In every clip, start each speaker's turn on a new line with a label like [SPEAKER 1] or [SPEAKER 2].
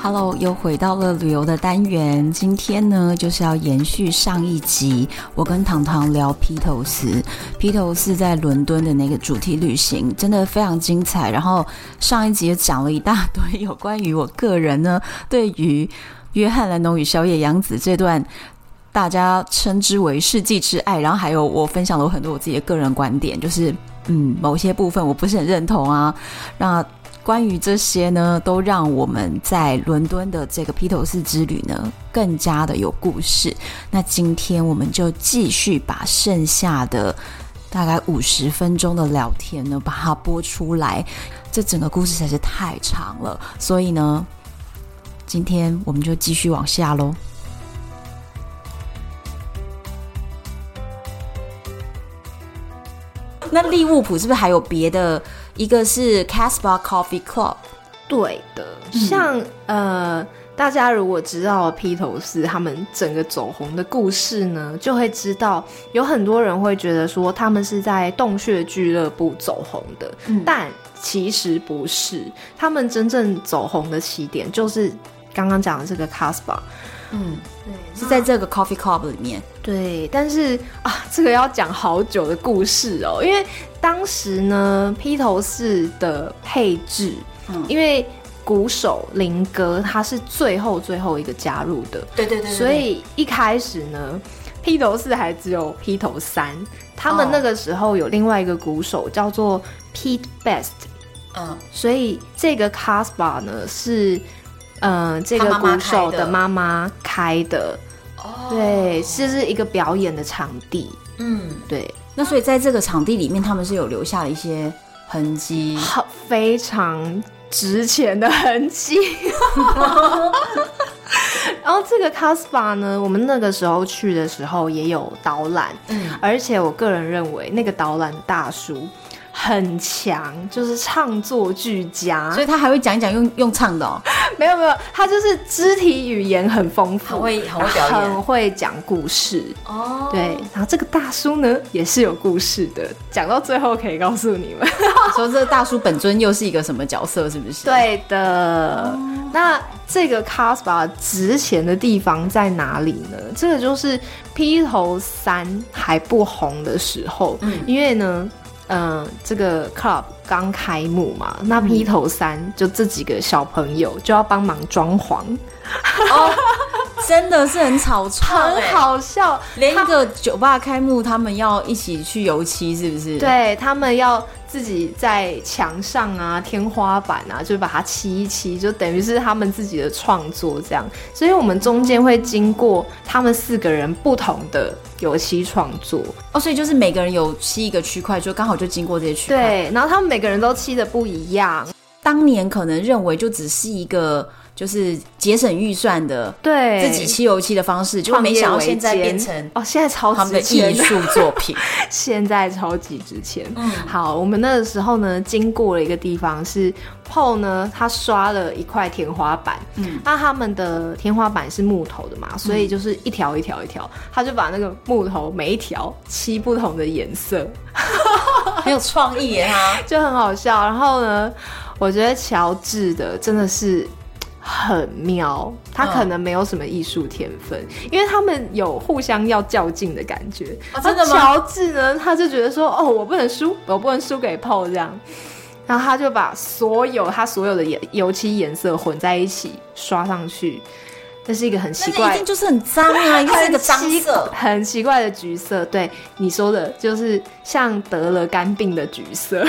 [SPEAKER 1] Hello，又回到了旅游的单元。今天呢，就是要延续上一集，我跟糖糖聊披头士，披头士在伦敦的那个主题旅行，真的非常精彩。然后上一集也讲了一大堆有关于我个人呢，对于约翰·兰农与小野洋子这段。大家称之为世纪之爱，然后还有我分享了很多我自己的个人观点，就是嗯，某些部分我不是很认同啊。那关于这些呢，都让我们在伦敦的这个披头士之旅呢，更加的有故事。那今天我们就继续把剩下的大概五十分钟的聊天呢，把它播出来。这整个故事实在是太长了，所以呢，今天我们就继续往下喽。那利物浦是不是还有别的？一个是 Casbah Coffee Club，
[SPEAKER 2] 对的，
[SPEAKER 1] 嗯
[SPEAKER 2] 像、呃，大家如果知道披头士他们整个走红的故事呢，就会知道有很多人会觉得说他们是在洞穴俱乐部走红的，
[SPEAKER 1] 嗯
[SPEAKER 2] 但其实不是，他们真正走红的起点就是刚刚讲的这个 Casbah。
[SPEAKER 1] 嗯，是在这个 Coffee Club 里面。
[SPEAKER 2] 对，但是啊， 这个要讲好久的故事哦，因为当时呢，披头士的配置，
[SPEAKER 1] 嗯
[SPEAKER 2] 因为鼓手林哥他是最后最后一个加入的，
[SPEAKER 1] 对对
[SPEAKER 2] 所以一开始呢，披头士还只有披头三，他们
[SPEAKER 1] 哦
[SPEAKER 2] 那个时候有另外一个鼓手叫做 Pete Best，
[SPEAKER 1] 嗯，
[SPEAKER 2] 所以这个 Casbah 呢是。嗯、这个
[SPEAKER 1] 他妈妈
[SPEAKER 2] 鼓手
[SPEAKER 1] 开的
[SPEAKER 2] 的妈妈开的，
[SPEAKER 1] 哦，
[SPEAKER 2] 对，这是一个表演的场地，
[SPEAKER 1] 嗯，
[SPEAKER 2] 对，
[SPEAKER 1] 那所以在这个场地里面，他们是有留下了一些痕迹。
[SPEAKER 2] 好非常值钱的痕 迹。然后这个 Caspa 呢，我们那个时候去的时候也有导览，
[SPEAKER 1] 嗯，
[SPEAKER 2] 而且我个人认为那个导览大叔很强，就是唱作俱佳
[SPEAKER 1] 所。以他还会讲一讲用用唱的哦，
[SPEAKER 2] 没有没有，他就是肢体语言很丰富，
[SPEAKER 1] 很会很会表演
[SPEAKER 2] 很会讲故事。
[SPEAKER 1] 哦
[SPEAKER 2] 对，，然后这个大叔呢也是有故事的，讲到最后可以告诉你们。
[SPEAKER 1] 说这大叔本尊又是一个什么角色，是不是？，
[SPEAKER 2] 对的。那这个 Casbah 值钱的地方在哪里呢？这个就是披头三还不红的时候，
[SPEAKER 1] 嗯
[SPEAKER 2] 因为呢，呃，这个 club 刚开幕嘛，那披头三就这几个小朋友就要帮忙装潢，
[SPEAKER 1] 哦， 真的是很吵吵，
[SPEAKER 2] 很，好笑。
[SPEAKER 1] 连一个酒吧开幕，他们要一起去油漆，是不是？，
[SPEAKER 2] 对他们要自己在墙上啊、天花板啊，就把它漆一漆，就等于是他们自己的创作这样。所以我们中间会经过他们四个人不同的油漆创作，
[SPEAKER 1] 哦，所以就是每个人有漆一个区块，就刚好就经过这些区块。
[SPEAKER 2] 对，然后他们每个人都漆的不一样，
[SPEAKER 1] 当年可能认为就只是一个就是节省预算的
[SPEAKER 2] 对，
[SPEAKER 1] 自己漆油漆的方式，就
[SPEAKER 2] 创业
[SPEAKER 1] 没想到现在
[SPEAKER 2] 维艰
[SPEAKER 1] 变成
[SPEAKER 2] 哦，现在超
[SPEAKER 1] 他们的
[SPEAKER 2] 值钱
[SPEAKER 1] 艺术作 品。
[SPEAKER 2] 现在超级值钱。好，我们那个时候呢，经过了一个地方是 PO 呢，他刷了一块天花板，嗯，那他们的天花板是木头的嘛，所以就是一条一条一条，他就把那个木头每一条漆不同的颜色，
[SPEAKER 1] 很有创意耶 哈！
[SPEAKER 2] 就很好笑。然后呢，我觉得乔治的真的是。很妙，他可能没有什么艺术天分，因为他们有互相要较劲的感觉。
[SPEAKER 1] 哦真的吗
[SPEAKER 2] 然后乔治呢，他就觉得说，哦，我不能输，我不能输给 PO 这样，然后他就把所有他所有的颜油漆颜色混在一起刷上去，这是一个很奇
[SPEAKER 1] 但是一
[SPEAKER 2] 怪
[SPEAKER 1] 定。就是很脏 啊，一定是一个脏
[SPEAKER 2] 很奇
[SPEAKER 1] 色。
[SPEAKER 2] 很奇怪的橘色，对你说的，就是像得了肝病的橘色，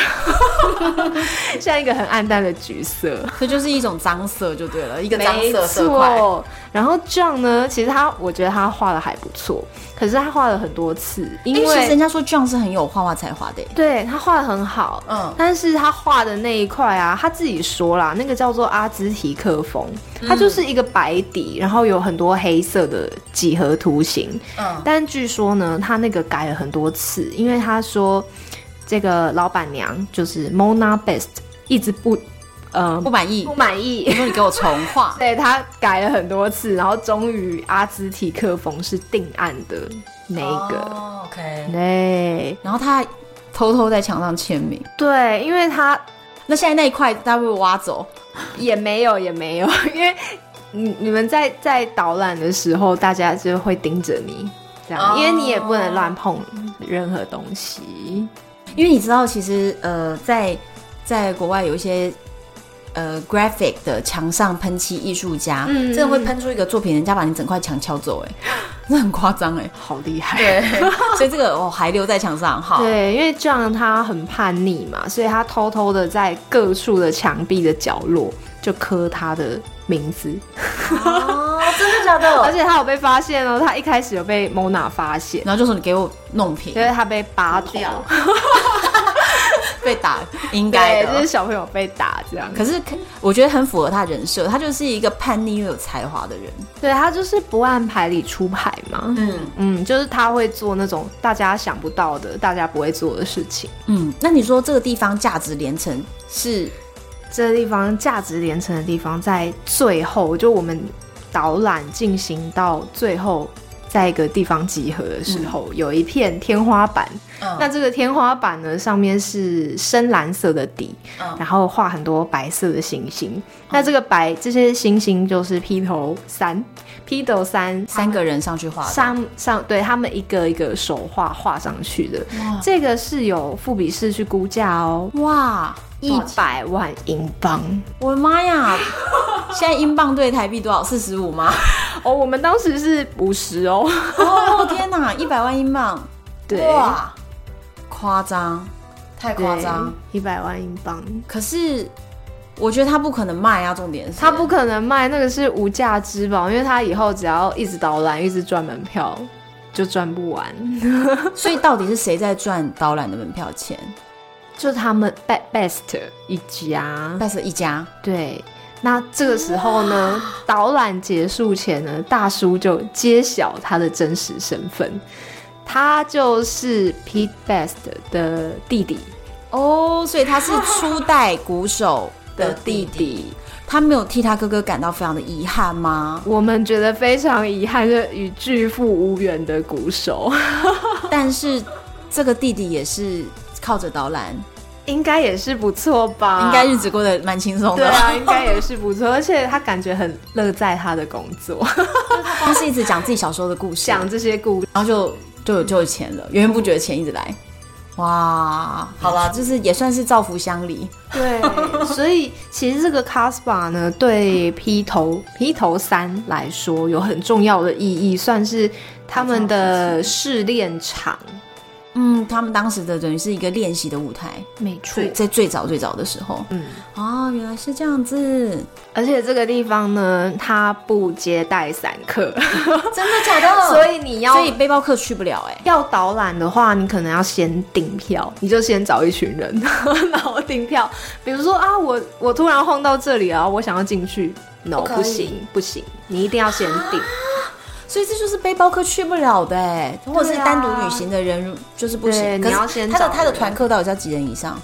[SPEAKER 2] 像一个很暗淡的橘色，
[SPEAKER 1] 所以就是一种脏色就对了，一个脏
[SPEAKER 2] 没
[SPEAKER 1] 色色块。
[SPEAKER 2] 错。然后 John 呢，其实他我觉得他画的还不错，可是他画了很多次，因
[SPEAKER 1] 哎因为其实
[SPEAKER 2] 为
[SPEAKER 1] 人家说 John 是很有画画才华的耶，
[SPEAKER 2] 对他画的很好，
[SPEAKER 1] 嗯，
[SPEAKER 2] 但是他画的那一块啊，他自己说啦，那个叫做阿兹提克风，它就是一个白底，然后有很多黑色的几何图形。
[SPEAKER 1] 嗯
[SPEAKER 2] 但据说呢，他那个改了很多次，因为他说这个老板娘就是 Mona Best 一直不呃
[SPEAKER 1] 不满意
[SPEAKER 2] 不，满意
[SPEAKER 1] 我，说你给我重画，
[SPEAKER 2] 对他改了很多次，然后终于阿兹提克风是定案的那一个。
[SPEAKER 1] 哦，OK，
[SPEAKER 2] 对
[SPEAKER 1] 然后他还偷偷在墙上签名，
[SPEAKER 2] 对，因为他
[SPEAKER 1] 那现在那一块他会挖走，
[SPEAKER 2] 也没有，也没有， 因为你你们在在导览的时候，大家就会盯着你，这样，
[SPEAKER 1] 哦
[SPEAKER 2] 因为你也不能乱碰任何东西。
[SPEAKER 1] 因为你知道，其实呃，在在国外有一些呃 graphic 的墙上喷漆艺术家，
[SPEAKER 2] 嗯
[SPEAKER 1] 真的会喷出一个作品，人家把你整块墙敲走、哎， 那很夸张、哎。
[SPEAKER 2] 好厉害！
[SPEAKER 1] 对， 所以这个我、哦、还留在墙上哈。
[SPEAKER 2] 对，因为这样他很叛逆嘛，所以他偷偷的在各处的墙壁的角落就刻他的名字，
[SPEAKER 1] 哦，真的假
[SPEAKER 2] 而
[SPEAKER 1] 的？
[SPEAKER 2] 且他有被发现哦，他一开始有被 Mona 发现，
[SPEAKER 1] 然后就说你给我弄平
[SPEAKER 2] 因，为他被拔头，
[SPEAKER 1] 被打应该
[SPEAKER 2] 对，就
[SPEAKER 1] 的
[SPEAKER 2] 是。小朋友被打这样。
[SPEAKER 1] 可是我觉得很符合他人设，他就是一个叛逆又有才华的人。
[SPEAKER 2] 对他就是不按牌理出牌嘛，
[SPEAKER 1] 嗯
[SPEAKER 2] 嗯，就是他会做那种大家想不到的、大家不会做的事情。
[SPEAKER 1] 嗯，那你说这个地方价值连城是
[SPEAKER 2] 这地方价值连城的地方，在最后，就我们导览进行到最后，在一个地方集合的时候，有一片天花板。
[SPEAKER 1] 嗯
[SPEAKER 2] 那这个天花板呢，上面是深蓝色的底，
[SPEAKER 1] 嗯
[SPEAKER 2] 然后画很多白色的星星。那这个白，这些星星就是披头三，披头三
[SPEAKER 1] 三个人上去画的，
[SPEAKER 2] 上上对他们一个一个手画画上去的，这个是有副笔试去估价哦，
[SPEAKER 1] 哇，
[SPEAKER 2] 一
[SPEAKER 1] 一
[SPEAKER 2] 百万英镑
[SPEAKER 1] 我的妈呀！现在英镑兑台币多少？四十五吗？
[SPEAKER 2] 哦，我们当时是五十哦，
[SPEAKER 1] 哦天哪，一百万英镑！
[SPEAKER 2] 对，
[SPEAKER 1] 哇，夸张，太夸张。
[SPEAKER 2] 一百万英镑，
[SPEAKER 1] 可是我觉得他不可能卖啊，重点是
[SPEAKER 2] 他不可能卖那个是无价之宝，因为他以后只要一直导览，一直赚门票。就赚不完，
[SPEAKER 1] 所以到底是谁在赚导览的门票钱？
[SPEAKER 2] 就他们 be- best 一家，
[SPEAKER 1] 拜瑟一家，
[SPEAKER 2] 对。那这个时候呢，导览结束前呢，大叔就揭晓他的真实身份，他就是 Pete Best 的弟弟
[SPEAKER 1] 哦，所以他是初代鼓手的弟弟，
[SPEAKER 2] 弟。
[SPEAKER 1] 他没有替他哥哥感到非常的遗憾吗？
[SPEAKER 2] 我们觉得非常遗憾，就是与巨富无缘的鼓手，
[SPEAKER 1] 但是这个弟弟也是靠着导览，
[SPEAKER 2] 应该也是不错吧？
[SPEAKER 1] 应该日子过得蛮轻松
[SPEAKER 2] 对
[SPEAKER 1] 的。
[SPEAKER 2] 啊，应该也是不错，而且他感觉很乐在他的工 作，
[SPEAKER 1] 他是一直讲自己小时候的故事，
[SPEAKER 2] 讲这些故事。
[SPEAKER 1] 然后就就有就有钱了，源源不绝的钱一直来。哇，好啦，就是也算是造福乡里。
[SPEAKER 2] 对，所以其实这个 Caspa 呢，对披头披头三来说有很重要的意义，算是他们的试炼场。
[SPEAKER 1] 嗯，他们当时的等于是一个练习的舞台，
[SPEAKER 2] 没错
[SPEAKER 1] 最在最早最早的时候。
[SPEAKER 2] 嗯，
[SPEAKER 1] 哦，原来是这样子，
[SPEAKER 2] 而且这个地方呢，它不接待散客，
[SPEAKER 1] 真的假的所
[SPEAKER 2] 所
[SPEAKER 1] 以
[SPEAKER 2] 以你
[SPEAKER 1] 嗯
[SPEAKER 2] 要
[SPEAKER 1] 所以背包客去不了哎、
[SPEAKER 2] 要导览的话，你可能要先订票，你就先找一群人， 然后订票。比如说啊，我我突然晃到这里啊，我想要进去，no，
[SPEAKER 1] 不可以
[SPEAKER 2] 不行不行，你一定要先订。
[SPEAKER 1] 所以这就是背包客去不了的哎、或者是
[SPEAKER 2] 对啊
[SPEAKER 1] 单独旅行的人就是不
[SPEAKER 2] 对
[SPEAKER 1] 行。
[SPEAKER 2] 你要先
[SPEAKER 1] 他的
[SPEAKER 2] 找
[SPEAKER 1] 他的
[SPEAKER 2] 人
[SPEAKER 1] 团客到底要几人以上？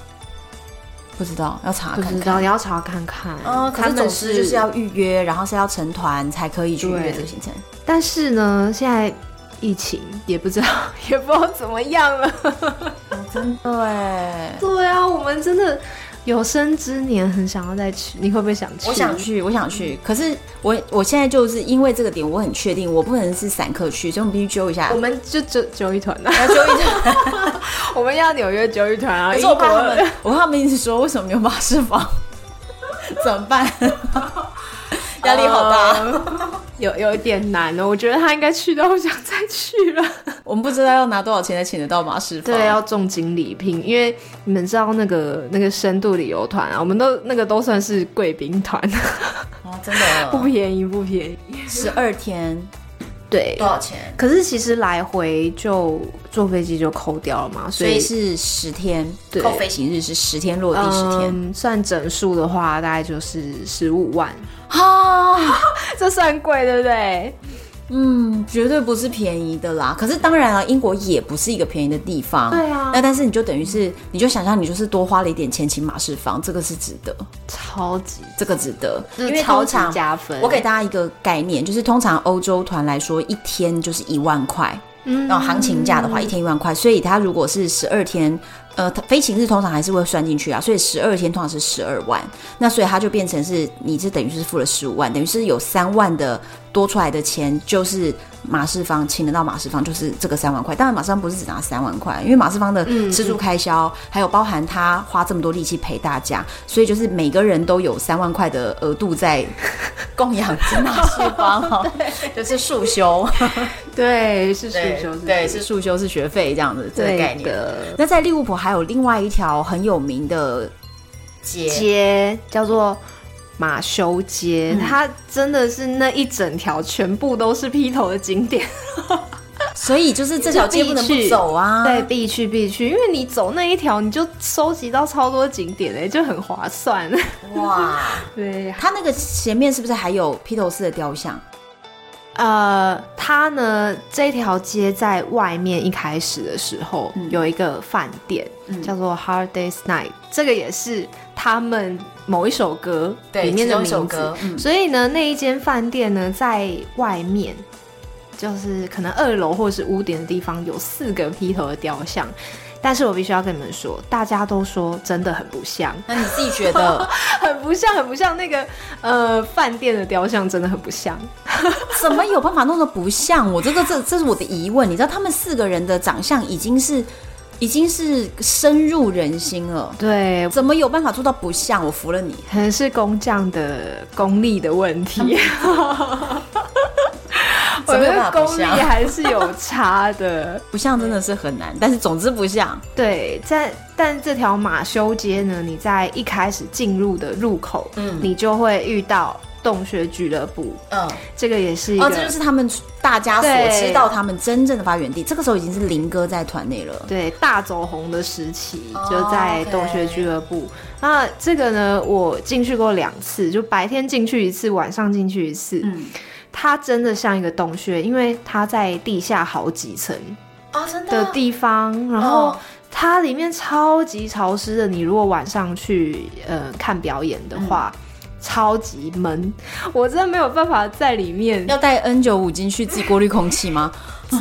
[SPEAKER 1] 不知道，要查
[SPEAKER 2] 不
[SPEAKER 1] 啊看
[SPEAKER 2] 知
[SPEAKER 1] 看
[SPEAKER 2] 道。你要查看看，
[SPEAKER 1] 哦，可
[SPEAKER 2] 他
[SPEAKER 1] 是
[SPEAKER 2] 们
[SPEAKER 1] 总之就是要预约，然后是要成团才可以去预约
[SPEAKER 2] 对
[SPEAKER 1] 这个行程。
[SPEAKER 2] 但是呢，现在疫情也不知道， 也不知道怎么样了。
[SPEAKER 1] 真的哎，
[SPEAKER 2] 对啊，我们真的有生之年很想要再去，你会不会想去？
[SPEAKER 1] 我想。去，我想去。可是我我现在就是因为这个点，我很确定我不能是散客去，所以我们必须揪一下
[SPEAKER 2] 我。们就揪揪一团啊，
[SPEAKER 1] 要揪一下，
[SPEAKER 2] 我们要纽约揪一团啊！
[SPEAKER 1] 可是我怕他们，我怕他们一直说为什么没有马士房， 怎么 办？压力好大，
[SPEAKER 2] 呃有有一点难哦，我觉得他应该去到不想再去 了。
[SPEAKER 1] 我们不知道要拿多少钱才请得到马士房。
[SPEAKER 2] 对，要重金礼聘，因为你们知道那个那个深度旅游 团啊，我们都那个都算是贵宾团，
[SPEAKER 1] 哦，真的
[SPEAKER 2] 不便宜不便宜。
[SPEAKER 1] 十二天
[SPEAKER 2] 对
[SPEAKER 1] 多，少钱？
[SPEAKER 2] 可是其实来回就坐飞机就扣掉了嘛，
[SPEAKER 1] 所
[SPEAKER 2] 所
[SPEAKER 1] 以
[SPEAKER 2] 以
[SPEAKER 1] 是十天，
[SPEAKER 2] 对
[SPEAKER 1] 扣飞行日是十天落地十天。
[SPEAKER 2] 嗯，算整数的话，大概就是十五万，
[SPEAKER 1] 啊，
[SPEAKER 2] 这算贵对不对？
[SPEAKER 1] 嗯，绝对不是便宜的啦。可是当然啊了，英国也不是一个便宜的地方。
[SPEAKER 2] 对啊
[SPEAKER 1] 那但是你就等于是，你就想象你就是多花了一点钱请马世芳，这个是值得，
[SPEAKER 2] 超级，
[SPEAKER 1] 这个值得，
[SPEAKER 2] 因
[SPEAKER 1] 因
[SPEAKER 2] 为
[SPEAKER 1] 为
[SPEAKER 2] 嗯超
[SPEAKER 1] 通
[SPEAKER 2] 级
[SPEAKER 1] 常
[SPEAKER 2] 加分。
[SPEAKER 1] 我给大家一个概念，就是通常欧洲团来说，一天就是一万块，
[SPEAKER 2] 嗯
[SPEAKER 1] 然后行情价的话，一天一万块，所以它如果是十二天，呃，它飞行日通常还是会算进去啊，所以十二天通常是十二万，那所以它就变成是你是等于是付了十五万，等于是有三万的多出来的钱，就是马世芳请得到马世芳，就是这个三万块。当然，马世芳不是只拿三万块，因为马世芳的吃住开销、还有包含他花这么多力气陪大家，所以就是每个人都有三万块的额度在供养着马世芳哦，就是束修。
[SPEAKER 2] 对是
[SPEAKER 1] 对
[SPEAKER 2] 是就是
[SPEAKER 1] 对，是束修是学费这样子这个概念。
[SPEAKER 2] 对的
[SPEAKER 1] 那在利物浦还有另外一条很有名的街，
[SPEAKER 2] 街叫做。马修街，它真的是那一整条全部都是披头的景点，
[SPEAKER 1] 所以就是这条街不能不走啊。
[SPEAKER 2] 对，，必去必去，因为你走那一条，你就收集到超多景点哎、就很划算。
[SPEAKER 1] 哇，
[SPEAKER 2] 对，
[SPEAKER 1] 它那个前面是不是还有披头士的雕像？
[SPEAKER 2] 呃，它呢这条街在外面一开始的时候、有一个饭店、叫做 Hard Day's Night，这个也是他们某一首歌
[SPEAKER 1] 对
[SPEAKER 2] 里面的名
[SPEAKER 1] 其中一首
[SPEAKER 2] 字。
[SPEAKER 1] 歌嗯
[SPEAKER 2] 所以呢，那一间饭店呢在外面。就是可能二楼或者是屋顶的地方有四个披头的雕像，但是我必须要跟你们说，大家都说真的很不像，
[SPEAKER 1] 那你自己觉得
[SPEAKER 2] 很不像，很不像那个呃饭店的雕像，真的很不像。
[SPEAKER 1] 怎么有办法弄得不像我？这个这这是我的疑问。你知道他们四个人的长相已经是已经是深入人心了，
[SPEAKER 2] 对，
[SPEAKER 1] 怎么有办法做到不像？我服了你。
[SPEAKER 2] 可能是工匠的功力的问题。 我
[SPEAKER 1] 嗯怎
[SPEAKER 2] 觉
[SPEAKER 1] 么有
[SPEAKER 2] 得
[SPEAKER 1] 办法不
[SPEAKER 2] 功力
[SPEAKER 1] 像
[SPEAKER 2] 还是有差 的。
[SPEAKER 1] 不像真的是很难，但是总之不像。
[SPEAKER 2] 对，在但这条马修街呢，你在一开始进入的入口，
[SPEAKER 1] 嗯
[SPEAKER 2] 你就会遇到洞穴俱乐部，
[SPEAKER 1] 嗯，
[SPEAKER 2] 这个也是一个。
[SPEAKER 1] 哦，这就是他们大家所
[SPEAKER 2] 对
[SPEAKER 1] 知道他们真正的发源地。这个时候已经是林哥在团内了。
[SPEAKER 2] 对大走红的时期
[SPEAKER 1] 哦，
[SPEAKER 2] 就在
[SPEAKER 1] OK
[SPEAKER 2] 洞穴俱乐部。那这个呢，我进去过两次，就白天进去一次，晚上进去一次。
[SPEAKER 1] 嗯，
[SPEAKER 2] 它真的像一个洞穴，因为它在地下好几层
[SPEAKER 1] 哦，真
[SPEAKER 2] 的地方，然
[SPEAKER 1] 哦
[SPEAKER 2] 后它里面超级潮湿的。你如果晚上去呃看表演的
[SPEAKER 1] 嗯
[SPEAKER 2] 话，超级闷，我真的没有办法在里 面，
[SPEAKER 1] 要带 N 九五进去自己过滤空气吗？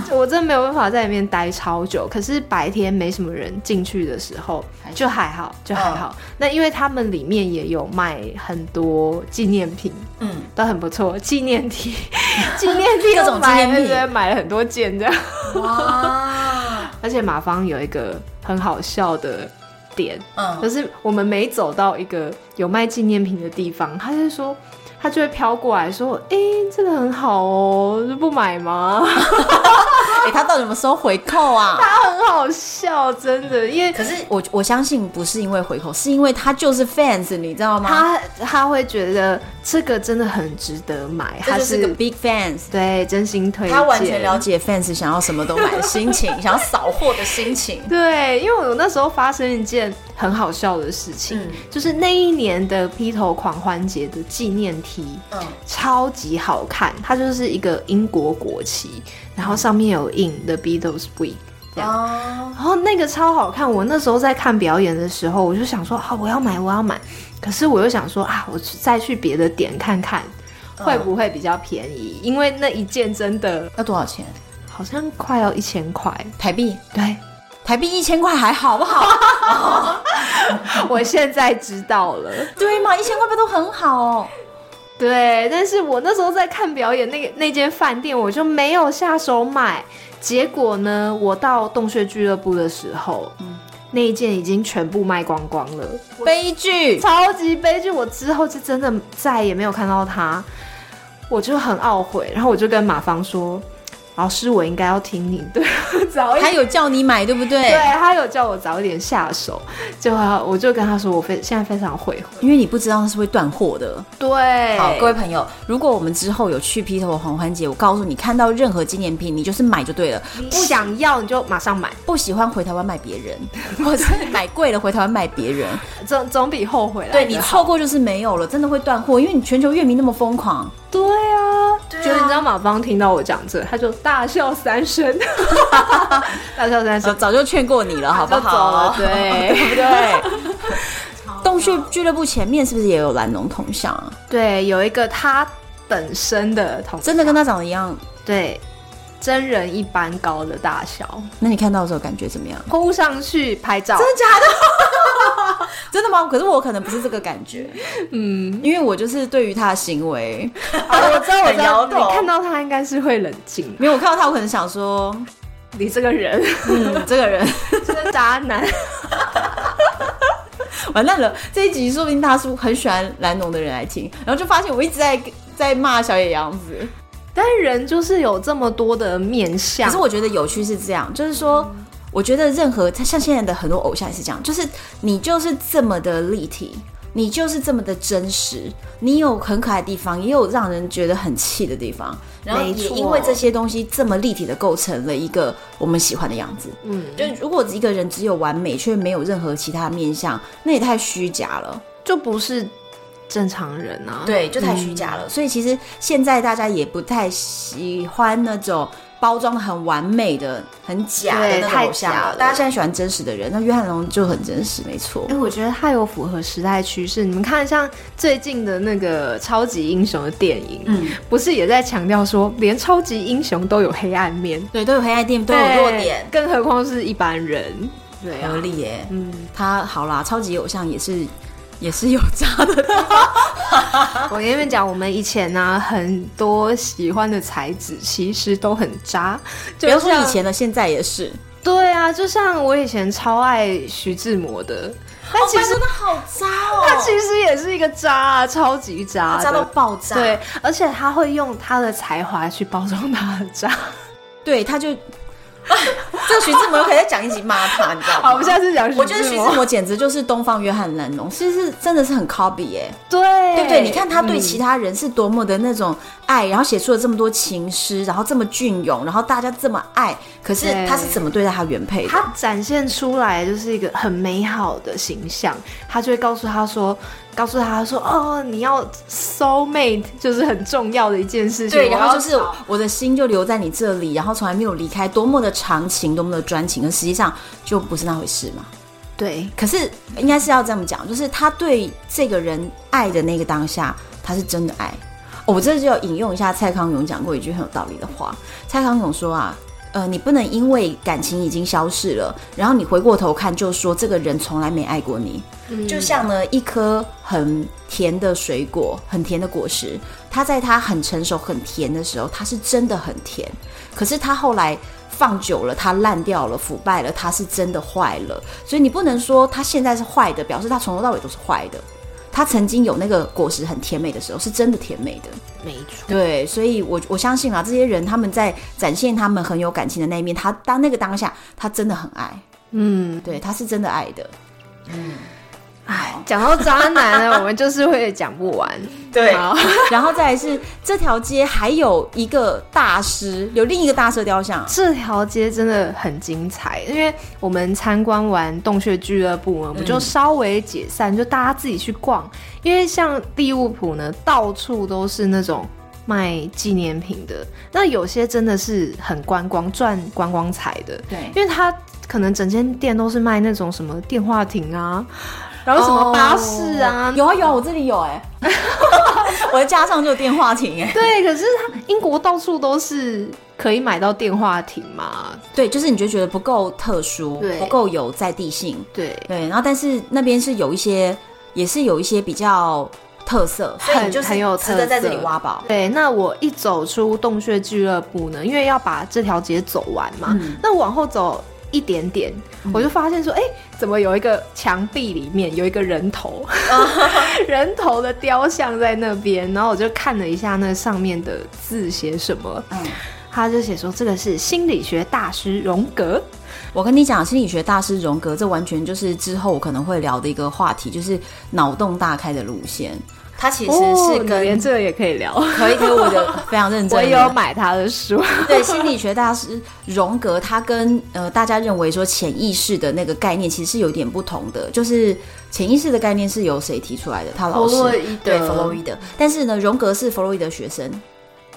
[SPEAKER 2] 我真的没有办法在里面待超久。可是白天没什么人进去的时候，就还好，
[SPEAKER 1] 嗯
[SPEAKER 2] 就还好。那因为他们里面也有卖很多纪念品，
[SPEAKER 1] 嗯，
[SPEAKER 2] 都很不错，纪念体，纪念体
[SPEAKER 1] 各种
[SPEAKER 2] 我买
[SPEAKER 1] 纪念品
[SPEAKER 2] 对买了很多件这样。
[SPEAKER 1] 哇，
[SPEAKER 2] 而且马芳有一个很好笑的点， 就
[SPEAKER 1] 嗯，
[SPEAKER 2] 是我们每走到一个有卖纪念品的地方，他就说。他就会飘过来说：“哎、这个很好哦，就不买吗？”
[SPEAKER 1] 哎、他到底有没有收回扣啊？
[SPEAKER 2] 很好笑，真的，因为
[SPEAKER 1] 可是我我相信不是因为回扣，是因为他就是 fans，你知道吗？
[SPEAKER 2] 他他会觉得这个真的很值得买，
[SPEAKER 1] 这
[SPEAKER 2] 他
[SPEAKER 1] 就是个 big fans。
[SPEAKER 2] 对真心推荐，
[SPEAKER 1] 他完全了解 fans 想要什么都买的心 情，想要扫货的心情。
[SPEAKER 2] 对，因为我那时候发生一件很好笑的事情，
[SPEAKER 1] 嗯
[SPEAKER 2] 就是那一年的披头狂欢节的纪念 T
[SPEAKER 1] 嗯，
[SPEAKER 2] 超级好看，它就是一个英国国旗，然后上面有印 The Beatles Week。这样，
[SPEAKER 1] 哦，
[SPEAKER 2] 然后那个超好看。我那时候在看表演的时候，我就想说啊，我要买，我要买。可是我又想说啊，我去再去别的点看看，会不会比较便宜？因为那一件真的
[SPEAKER 1] 要多少钱？
[SPEAKER 2] 好像快要一千块。
[SPEAKER 1] 台币？
[SPEAKER 2] 对，
[SPEAKER 1] 台币一千块还好不 好？
[SPEAKER 2] 我现在知道了。
[SPEAKER 1] 对嘛，一千块不都很好哦？
[SPEAKER 2] 对，但是我那时候在看表演，那个那间饭店我就没有下手买。结果呢，我到洞穴俱乐部的时候，那一件已经全部卖光光了，
[SPEAKER 1] 悲剧。
[SPEAKER 2] 超级悲剧。我之后就真的再也没有看到它，我就很懊悔。然后我就跟马芳说。老师，我应该要听你的， 早一
[SPEAKER 1] 他有叫你买，对不对？
[SPEAKER 2] 对他有叫我早一点下手，结果他我就跟他说我非现在非常悔恨。
[SPEAKER 1] 因为你不知道它是会断货的。
[SPEAKER 2] 对，
[SPEAKER 1] 好，各位朋友，如果我们之后有去披头的狂欢节，我告诉你，看到任何纪念品，你就是买就对了，
[SPEAKER 2] 不想要你就马上买，
[SPEAKER 1] 不喜欢回台湾卖别 人，或者是买贵了回台湾卖别人，
[SPEAKER 2] 总总比后悔来
[SPEAKER 1] 对
[SPEAKER 2] 得
[SPEAKER 1] 你
[SPEAKER 2] 好
[SPEAKER 1] 错过就是没有了，真的会断货，因为你全球乐迷那么疯狂，
[SPEAKER 2] 对啊，就是你知道马芳听到我讲这，他就大笑三 声，大笑三
[SPEAKER 1] 早
[SPEAKER 2] 声，
[SPEAKER 1] 早就劝过你了，好不
[SPEAKER 2] 就走了
[SPEAKER 1] 好？。
[SPEAKER 2] 对
[SPEAKER 1] 不对？洞穴俱乐部前面是不是也有蓝农铜像啊？
[SPEAKER 2] 对，有一个他本身的同
[SPEAKER 1] 真的跟他长得一样？
[SPEAKER 2] 对真人一般高的大小，
[SPEAKER 1] 那你看到的时候感觉怎么样？
[SPEAKER 2] 扑上去拍照，
[SPEAKER 1] 真的假的？真的吗？可是我可能不是这个感觉，
[SPEAKER 2] 嗯，
[SPEAKER 1] 因为我就是对于他的行为，
[SPEAKER 2] 啊我知道我
[SPEAKER 1] 很
[SPEAKER 2] 知
[SPEAKER 1] 摇
[SPEAKER 2] 道，
[SPEAKER 1] 头
[SPEAKER 2] 你看到他应该是会冷静，
[SPEAKER 1] 没有我看到他，我可能想说，
[SPEAKER 2] 你这个人
[SPEAKER 1] 嗯，这个人
[SPEAKER 2] 真的渣男，
[SPEAKER 1] 完蛋了。这一集说不定大叔很喜欢蓝农的人来听，然后就发现我一直在在骂小野洋子。
[SPEAKER 2] 但人就是有这么多的面
[SPEAKER 1] 可
[SPEAKER 2] 相
[SPEAKER 1] 是，我觉得有趣是这样，就是说，我觉得任何像现在的很多偶像也是这样，就是你就是这么的立体，你就是这么的真实，你有很可爱的地方，也有让人觉得很气的地方，然后
[SPEAKER 2] 没
[SPEAKER 1] 也
[SPEAKER 2] 错
[SPEAKER 1] 因为这些东西这么立体的构成了一个我们喜欢的样子。
[SPEAKER 2] 嗯，
[SPEAKER 1] 就如果一个人只有完美却没有任何其他面相，那也太虚假了。
[SPEAKER 2] 就不是正常人啊，
[SPEAKER 1] 对，就太虚假了。所以其实现在大家也不太喜欢那种包装得很完美的、很假的那
[SPEAKER 2] 对
[SPEAKER 1] 种
[SPEAKER 2] 太
[SPEAKER 1] 偶像
[SPEAKER 2] 假
[SPEAKER 1] 了
[SPEAKER 2] 了
[SPEAKER 1] 大家现在喜欢真实的人，那约翰龙就很真实，没错
[SPEAKER 2] 哎、。我觉得它有符合时代趋势。你们看，像最近的那个超级英雄的电影，
[SPEAKER 1] 嗯，
[SPEAKER 2] 不是也在强调说，连超级英雄都有黑暗面，
[SPEAKER 1] 对，都有黑暗点，都有弱点，啊
[SPEAKER 2] 对，更何况是一般人。对
[SPEAKER 1] 合，理耶。
[SPEAKER 2] 嗯，
[SPEAKER 1] 他好啦，超级偶像也是 也是有渣的，啊
[SPEAKER 2] 我跟你们讲，我们以前呢、很多喜欢的才子其实都很渣，
[SPEAKER 1] 不
[SPEAKER 2] 就
[SPEAKER 1] 要说
[SPEAKER 2] 像
[SPEAKER 1] 以，前的，现在也是。
[SPEAKER 2] 对啊，就像我以前超爱徐志摩的，
[SPEAKER 1] 哦
[SPEAKER 2] 但其实、
[SPEAKER 1] 的好渣哦
[SPEAKER 2] 他其实也是一个渣啊，超级渣的，
[SPEAKER 1] 渣到啊爆炸。
[SPEAKER 2] 对，而且他会用他的才华去包装他的 渣。
[SPEAKER 1] 对，他就。 这个徐志摩又可以再讲一集骂他，你知 道吗？
[SPEAKER 2] 好，我们下次讲徐
[SPEAKER 1] 我觉得徐
[SPEAKER 2] 志
[SPEAKER 1] 志
[SPEAKER 2] 摩。
[SPEAKER 1] 摩简直就是东方约翰·兰农，其实是真的是很 copy 耶、
[SPEAKER 2] 对，嗯
[SPEAKER 1] 对不对？你看他对其
[SPEAKER 2] 他、
[SPEAKER 1] 他人是多么的那种爱，然后写出了这么多情诗，然后这么隽永，然后大家这么爱，可是
[SPEAKER 2] 对
[SPEAKER 1] 他是怎么对待他原配的？
[SPEAKER 2] 他展现出来就是一个很美好的形象，他就会告诉他说，告诉他说，哦，你要 soul mate 就是很重要的一件事情。
[SPEAKER 1] 对，
[SPEAKER 2] 我
[SPEAKER 1] 然后
[SPEAKER 2] 要
[SPEAKER 1] 就是我的心就留在你这里，然后从来没有离开，多么的长情，多么的专情，而实际上就不是那回事嘛。
[SPEAKER 2] 对
[SPEAKER 1] 可是应该是要这么讲，就是他对这个人爱的那个当下，他是真的爱。哦我这就要引用一下蔡康永讲过一句很有道理的话。蔡康永说啊，呃，你不能因为感情已经消逝了，然后你回过头看就说这个人从来没爱过你。就像呢一颗很甜的水果，很甜的果实，它在它很成熟、很甜的时候，它是真的很甜。可是它后来放久了，它烂掉了、腐败了，它是真的坏了。所以你不能说它现在是坏的，表示它从头到尾都是坏的。它曾经有那个果实很甜美的时候，是真的甜美的。
[SPEAKER 2] 没错，
[SPEAKER 1] 对，所以我我相信啊，这些人他们在展现他们很有感情的那一面，他当那个当下，他真的很爱，
[SPEAKER 2] 嗯，
[SPEAKER 1] 对，他是真的爱的。
[SPEAKER 2] 哎，讲到渣男啊呢，我们就是会讲不完。
[SPEAKER 1] 对
[SPEAKER 2] 好
[SPEAKER 1] 然后再来是这条街还有一个大师，有另一个大师的雕像。
[SPEAKER 2] 这条街真的很精彩，因为我们参观完洞穴俱乐部呢，我们就稍微解散，就大家自己去逛。因为像利物浦呢，到处都是那种卖纪念品的，那有些真的是很观光赚观光财的，
[SPEAKER 1] 对，
[SPEAKER 2] 因为它可能整间店都是卖那种什么电话亭啊，然后什么巴士啊。
[SPEAKER 1] 有啊有啊，我这里有哎、 我的架上就有电话亭哎、
[SPEAKER 2] 对，可是它英国到处都是可以买到电话亭嘛，
[SPEAKER 1] 对，就是你就觉得不够特殊
[SPEAKER 2] 对，
[SPEAKER 1] 不够有在地性。
[SPEAKER 2] 对，
[SPEAKER 1] 对，然后但是那边是有一些，也是有一些比较特色，所以
[SPEAKER 2] 很
[SPEAKER 1] 你就是
[SPEAKER 2] 很有
[SPEAKER 1] 值得
[SPEAKER 2] 特
[SPEAKER 1] 在这里
[SPEAKER 2] 色
[SPEAKER 1] 挖宝。
[SPEAKER 2] 对，那我一走出洞穴俱乐部呢，因为要把这条街走完嘛，
[SPEAKER 1] 嗯
[SPEAKER 2] 那往后走一点点，我就发现说，哎、怎么有一个墙壁里面有一个 人头，人头的雕像在那边，然后我就看了一下那上面的字写什么，
[SPEAKER 1] 嗯
[SPEAKER 2] 他就写说这个是心理学大师荣格。
[SPEAKER 1] 我跟你讲，心理学大师荣格，这完全就是之后我可能会聊的一个话题，就是脑洞大开的路线。它其实
[SPEAKER 2] 哦
[SPEAKER 1] 是
[SPEAKER 2] 你
[SPEAKER 1] 跟、
[SPEAKER 2] 连这个也可以聊，
[SPEAKER 1] 可以给我的非常认真
[SPEAKER 2] 我
[SPEAKER 1] 的，
[SPEAKER 2] 也有买他的 书。
[SPEAKER 1] 对心理学大师荣格，他跟呃大家认为说潜意识的那个概念其实是有点不同的，就是潜意识的概念是由谁提出来的？他老师
[SPEAKER 2] 伊
[SPEAKER 1] 对弗洛伊德，但是呢，荣格是弗洛伊德学生，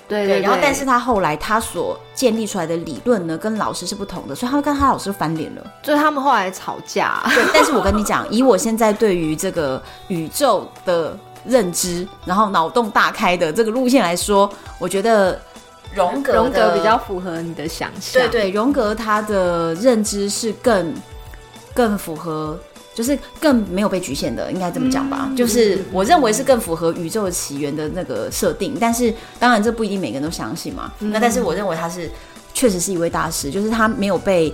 [SPEAKER 2] 对
[SPEAKER 1] 对，然后但是他后来他所建立出来的理论呢，跟老师是不同的，所以他会跟他老师翻脸了。
[SPEAKER 2] 就是他们后来吵架，
[SPEAKER 1] 对，但是我跟你讲，以我现在对于这个宇宙的认知，然后脑洞大开的这个路线来说，我觉得荣格的
[SPEAKER 2] 荣格比较符合你的想象。
[SPEAKER 1] 对对，荣格他的认知是更更符合，就是更没有被局限的，应该这么讲吧？就是我认为是更符合宇宙起源的那个设定，但是当然这不一定每个人都相信嘛。那但是我认为他是确实是一位大师，就是他没有被。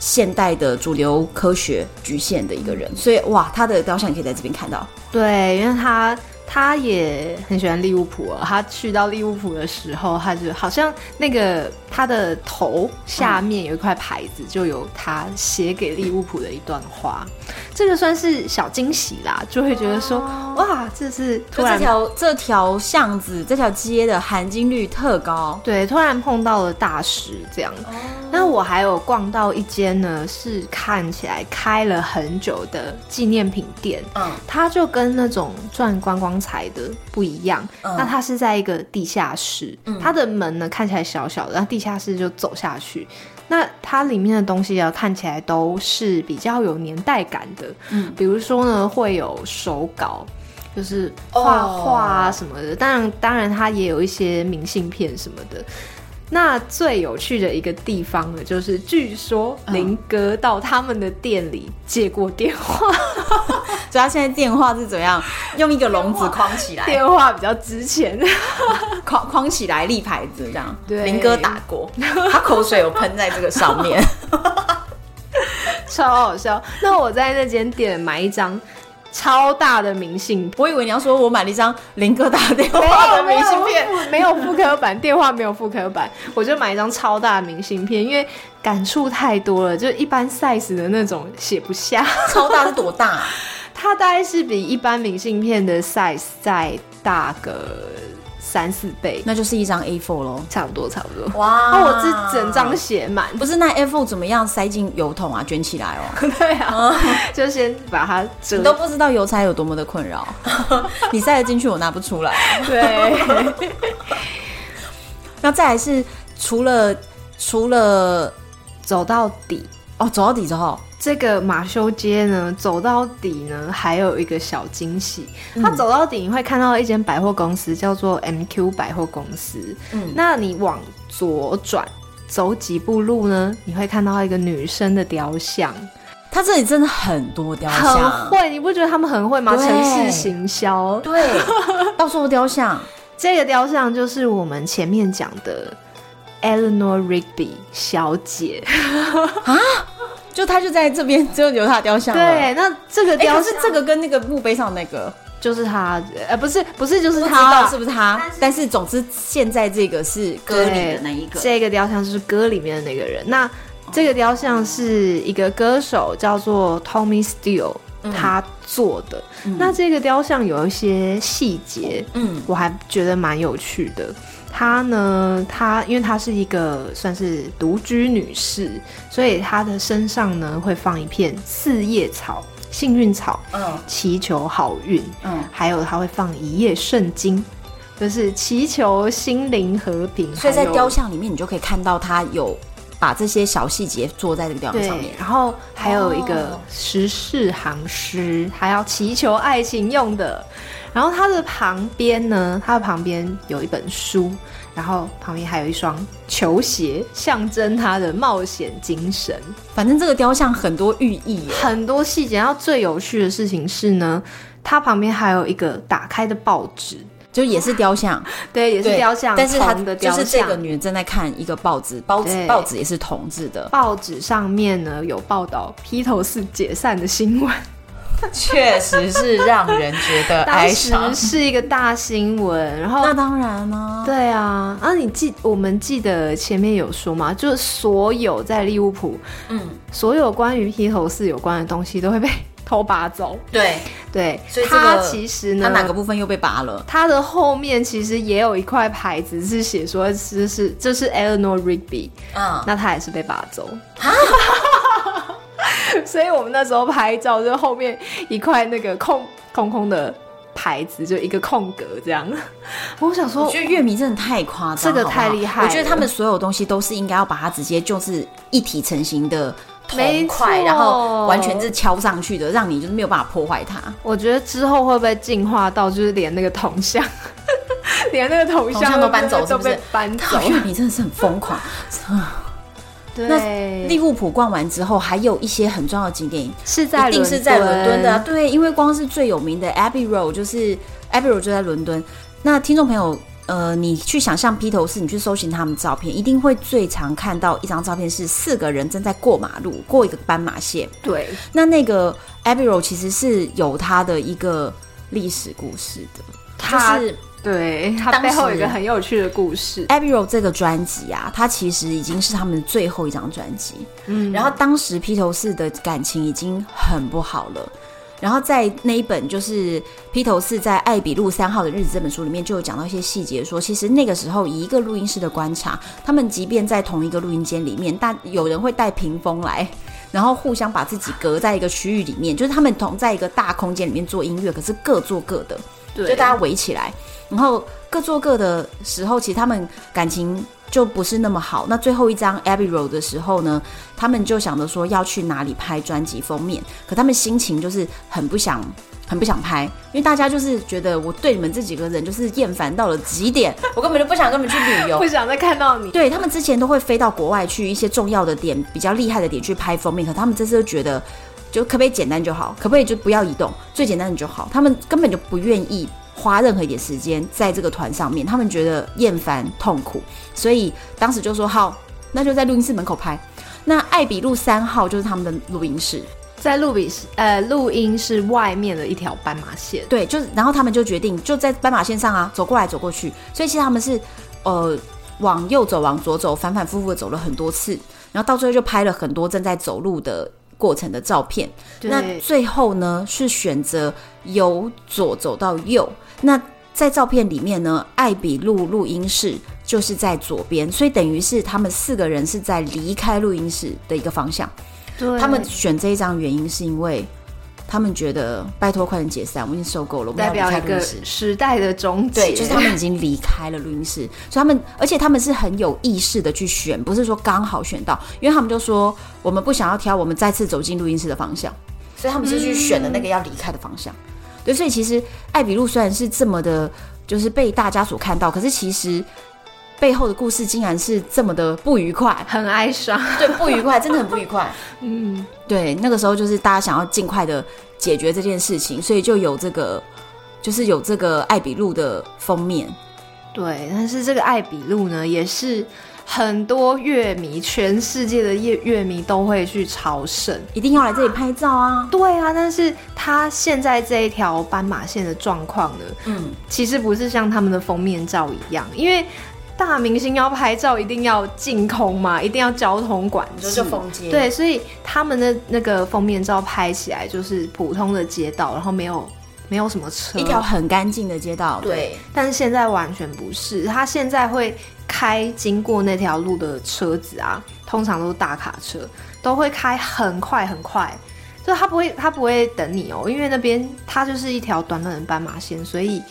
[SPEAKER 1] 现代的主流科学局限的一个人，所以哇，他的雕像可以在这边看到。
[SPEAKER 2] 对，因为他他也很喜欢利物浦、哦，他去到利物浦的时候，他就好像那个他的头下
[SPEAKER 1] 嗯
[SPEAKER 2] 面有一块牌子，就有他写给利物浦的一段话，这个算是小惊喜啦，就会觉得说、哇，这是
[SPEAKER 1] 哦就这
[SPEAKER 2] 突然。
[SPEAKER 1] 条这条巷子、这条街的含金率特高，
[SPEAKER 2] 对，突然碰到了大师这样。
[SPEAKER 1] 哦
[SPEAKER 2] 那我还有逛到一间呢，是看起来开了很久的纪念品店，
[SPEAKER 1] 嗯，
[SPEAKER 2] 它就跟那种赚观光财的不一样。
[SPEAKER 1] 嗯
[SPEAKER 2] 那它是在一个地下室，它的门呢看起来小小的，那地下室就走下去。那它里面的东西啊，看起来都是比较有年代感的，
[SPEAKER 1] 嗯
[SPEAKER 2] 比如说呢，会有手稿，就是画
[SPEAKER 1] 哦
[SPEAKER 2] 画啊什么的。当然，当然它也有一些明信片什么的。那最有趣的一个地方呢，就是据说
[SPEAKER 1] 嗯
[SPEAKER 2] 林哥到他们的店里接过电话，
[SPEAKER 1] 所以他现在电话是怎样？用一个笼子框起来，
[SPEAKER 2] 电话比较值钱。
[SPEAKER 1] 框框起来立牌子这样。
[SPEAKER 2] 对
[SPEAKER 1] 林哥打过，他口水有喷在这个上面。
[SPEAKER 2] 超好笑。那我在那间店买一张超大的明信片。
[SPEAKER 1] 我以为你要说我买了一张林哥打电话的明信片，
[SPEAKER 2] 没有复刻版，电话没有复刻版，我就买一张超大的明信片，因为感触太多了，就一般 size 的那种写不下。
[SPEAKER 1] 超大是多大？
[SPEAKER 2] 它大概是比一般明信片的 size 再大个三四倍，
[SPEAKER 1] 那就是一张 A4 喽。
[SPEAKER 2] 差不多差不多。
[SPEAKER 1] 哇
[SPEAKER 2] 那、我这整张写满，
[SPEAKER 1] 不是那 A4 怎么样塞进油桶啊，卷起来哦。
[SPEAKER 2] 对啊， 就先把它折
[SPEAKER 1] 你都不知道邮差有多么的困扰， 你塞得进去，我拿不出来。
[SPEAKER 2] 对。
[SPEAKER 1] 那再来是除了除了
[SPEAKER 2] 走到底，
[SPEAKER 1] 哦，走到底之后，
[SPEAKER 2] 这个马修街呢，走到底呢，还有一个小惊喜。
[SPEAKER 1] 嗯
[SPEAKER 2] 它走到底，你会看到一间百货公司，叫做 MQ 百货公司。
[SPEAKER 1] 嗯
[SPEAKER 2] 那你往左转走几步路呢，你会看到一个女生的雕像，
[SPEAKER 1] 他这里真的很多雕像，
[SPEAKER 2] 很会。你不觉得他们很会吗？
[SPEAKER 1] 对
[SPEAKER 2] 城市行销，
[SPEAKER 1] 对，到处雕像。
[SPEAKER 2] 这个雕像就是我们前面讲的 Eleanor Rigby 小姐。
[SPEAKER 1] 就他就在这边，只有留他的雕像了。
[SPEAKER 2] 对，那这个
[SPEAKER 1] 哎，雕
[SPEAKER 2] 雕像
[SPEAKER 1] 是这个跟那个墓碑上那个，
[SPEAKER 2] 就是她，呃，不是，不是，就是
[SPEAKER 1] 不知
[SPEAKER 2] 她啦
[SPEAKER 1] 道是不是他？但是总之现在这个是歌里的那一个，
[SPEAKER 2] 这个雕像就是歌里面的那个人。那这个雕像是一个歌手叫做 Tommy Steele
[SPEAKER 1] 嗯
[SPEAKER 2] 他做的。那这个雕像有一些细节，
[SPEAKER 1] 嗯
[SPEAKER 2] 我还觉得蛮有趣的。她呢，她因为她是一个算是独居女士，所以她的身上呢会放一片四叶草、幸运草，
[SPEAKER 1] 嗯
[SPEAKER 2] 祈求好运。
[SPEAKER 1] 嗯，
[SPEAKER 2] 还有她会放一页圣经，就是祈求心灵和平。
[SPEAKER 1] 所以在
[SPEAKER 2] 还有
[SPEAKER 1] 雕像里面，你就可以看到他有把这些小细节做在这个雕像上
[SPEAKER 2] 对
[SPEAKER 1] 面，。
[SPEAKER 2] 然后还有一个
[SPEAKER 1] 哦
[SPEAKER 2] 时事行诗，还要祈求爱情用的。然后它的旁边呢，它的旁边有一本书，然后旁边还有一双球鞋，象征他的冒险精神。
[SPEAKER 1] 反正这个雕像很多寓意耶，
[SPEAKER 2] 很多细节。然后最有趣的事情是呢，它旁边还有一个打开的报纸，
[SPEAKER 1] 就也是雕像，
[SPEAKER 2] 对，也是
[SPEAKER 1] 对
[SPEAKER 2] 雕像，
[SPEAKER 1] 但是他
[SPEAKER 2] 铜的
[SPEAKER 1] 就
[SPEAKER 2] 雕
[SPEAKER 1] 是这
[SPEAKER 2] 像。
[SPEAKER 1] 个女人正在看一个报纸，报纸
[SPEAKER 2] 对
[SPEAKER 1] 报纸也是 同志的，
[SPEAKER 2] 报纸上面呢有报道披头士解散的新闻，
[SPEAKER 3] 确实是让人觉得
[SPEAKER 2] 当
[SPEAKER 3] 哀
[SPEAKER 2] 时
[SPEAKER 3] 伤。
[SPEAKER 2] 是一个大新闻，然后
[SPEAKER 1] 那当然啦、
[SPEAKER 2] 对啊，啊，你记我们记得前面有说嘛，就是所有在利物浦，
[SPEAKER 1] 嗯，
[SPEAKER 2] 所有关于披头士有关的东西都会被偷拔走。
[SPEAKER 1] 对，
[SPEAKER 2] 对，
[SPEAKER 1] 所以这
[SPEAKER 2] 他
[SPEAKER 1] 个
[SPEAKER 2] 其实
[SPEAKER 1] 那
[SPEAKER 2] 呢，
[SPEAKER 1] 哪个部分又被拔了？
[SPEAKER 2] 他的后面其实也有一块牌子是写说这是这是 Eleanor Rigby，
[SPEAKER 1] 嗯，
[SPEAKER 2] 那他也是被拔走。所以我们那时候拍照，就后面一块那个空空空的牌子，就一个空格这样。我想说
[SPEAKER 1] 我，觉得乐迷真的太夸张，
[SPEAKER 2] 这个
[SPEAKER 1] 好不好
[SPEAKER 2] 太厉害了
[SPEAKER 1] 我觉得他们所有东西都是应该要把它直接就是一体成型的
[SPEAKER 2] 没
[SPEAKER 1] 铜
[SPEAKER 2] 错
[SPEAKER 1] 块，然后完全是敲上去的，让你就是没有办法破坏它。
[SPEAKER 2] 我觉得之后会不会进化到就是连那个铜像，连那个铜
[SPEAKER 1] 铜像
[SPEAKER 2] 像
[SPEAKER 1] 都搬走
[SPEAKER 2] 都
[SPEAKER 1] 是不是
[SPEAKER 2] 被搬走
[SPEAKER 1] 靠，？乐哦迷真的是很疯 狂。利啊
[SPEAKER 2] 对，
[SPEAKER 1] 物浦逛完之后，还有一些很重要的景点
[SPEAKER 2] 是在
[SPEAKER 1] 一定是在伦敦的啊、
[SPEAKER 2] 伦
[SPEAKER 1] 对，因为光是最有名的 Abbey Road 就是 Abbey Road 就在伦敦。那听众朋友，呃，你去想象披头士，你去搜寻他们照片，一定会最常看到一张照片是四个人正在过马路，过一个斑马线。
[SPEAKER 2] 对，
[SPEAKER 1] 那那个 Abbey Road 其实是有它的一个历史故事的，
[SPEAKER 2] 他
[SPEAKER 1] 就是
[SPEAKER 2] 对他
[SPEAKER 1] 当
[SPEAKER 2] 背后
[SPEAKER 1] 时
[SPEAKER 2] 有
[SPEAKER 1] 哎
[SPEAKER 2] 一个很有趣的故事。
[SPEAKER 1] Abbey Road 这个专辑啊，它其实已经是他们最后一张专辑。
[SPEAKER 2] 嗯，
[SPEAKER 1] 然后当时披头士的感情已经很不好了，然后在那一本就是披头士在《艾比路三号的日子》这本书里面就有讲到一些细节说，其实那个时候以一个录音师的观察，他们即便在同一个录音间里面，但有人会带屏风来。然后互相把自己隔在一个区域里面，就是他们同在一个大空间里面做音乐，可是各做各的。就
[SPEAKER 2] 对，
[SPEAKER 1] 大家围起来，然后各做各的时候，其实他们感情就不是那么好。那最后一张 Abbey Road 的时候呢，他们就想着说要去哪里拍专辑封面，可他们心情就是很不想。很不想拍，因为大家就是觉得我对你们这几个人就是厌烦到了极点， 我根本就不想跟你们去旅游
[SPEAKER 2] 不。想再看到你。
[SPEAKER 1] 对他们之前都会飞到国外去一些重要的点、比较厉害的点去拍封面，可他们这次就觉得，就可不可以简单就好，可不可以就不要移动，最简单的就好。他们根本就不愿意花任何一点时间在这个团上面，他们觉得厌烦、痛苦，所以当时就说好，那就在录音室门口拍。那艾比路三号就是他们的录音室，
[SPEAKER 2] 在录比是呃录音是外面的一条斑马线，
[SPEAKER 1] 对，就是然后他们就决定就在斑马线上啊，走过来走过去，所以其实他们是呃往右走往左走，反反复复的走了很多次，然后到最后就拍了很多正在走路的过程的照片。那
[SPEAKER 2] 对，
[SPEAKER 1] 最后呢是选择由左走到右。那在照片里面呢，艾比路录音室就是在左边，所以等于是他们四个人是在离开录音室的一个方向。
[SPEAKER 2] 对
[SPEAKER 1] 他们选这一张原因是因为他们觉得拜托快点解散，我已经受够了，我们
[SPEAKER 2] 代
[SPEAKER 1] 要离
[SPEAKER 2] 表
[SPEAKER 1] 开
[SPEAKER 2] 一
[SPEAKER 1] 录音
[SPEAKER 2] 个
[SPEAKER 1] 室。
[SPEAKER 2] 时代的终结，
[SPEAKER 1] 对，就是他们已经离开了录音室，所以他们，而且他们是很有意识的去选，不是说刚好选到，因为他们就说我们不想要挑我们再次走进录音室的方向，所以他们就去选了那个要离开的方向。对，所以其实艾比路虽然是这么的，就是被大家所看到，可是其实背后的故事竟然是这么的不愉快，
[SPEAKER 2] 很哀伤。
[SPEAKER 1] 对，不愉快，真的很不愉快。
[SPEAKER 2] 嗯，
[SPEAKER 1] 对，那个时候就是大家想要尽快的解决这件事情，所以就有这个，就是有这个艾比路的封面。
[SPEAKER 2] 对。但是这个艾比路呢，也是很多乐迷，全世界的乐乐迷都会去朝圣。
[SPEAKER 1] 一定要来这里拍照啊！
[SPEAKER 2] 对啊，但是他现在这一条斑马线的状况呢，
[SPEAKER 1] 嗯，
[SPEAKER 2] 其实不是像他们的封面照一样，因为大明星要拍照一定要净空嘛，一定要交通管制，
[SPEAKER 1] 街，
[SPEAKER 2] 对，所以他们的那个封面照拍起来就是普通的街道，然后没有没有什么车，
[SPEAKER 1] 一条
[SPEAKER 3] 嗯
[SPEAKER 1] 很干净的街道，
[SPEAKER 2] 对，但是现在完全不是，他现在会开经过那条路的车子啊，通常都是大卡车，都会开很快很快，就他不会他不会等你哦，因为那边它就是一条短短的斑马线，所以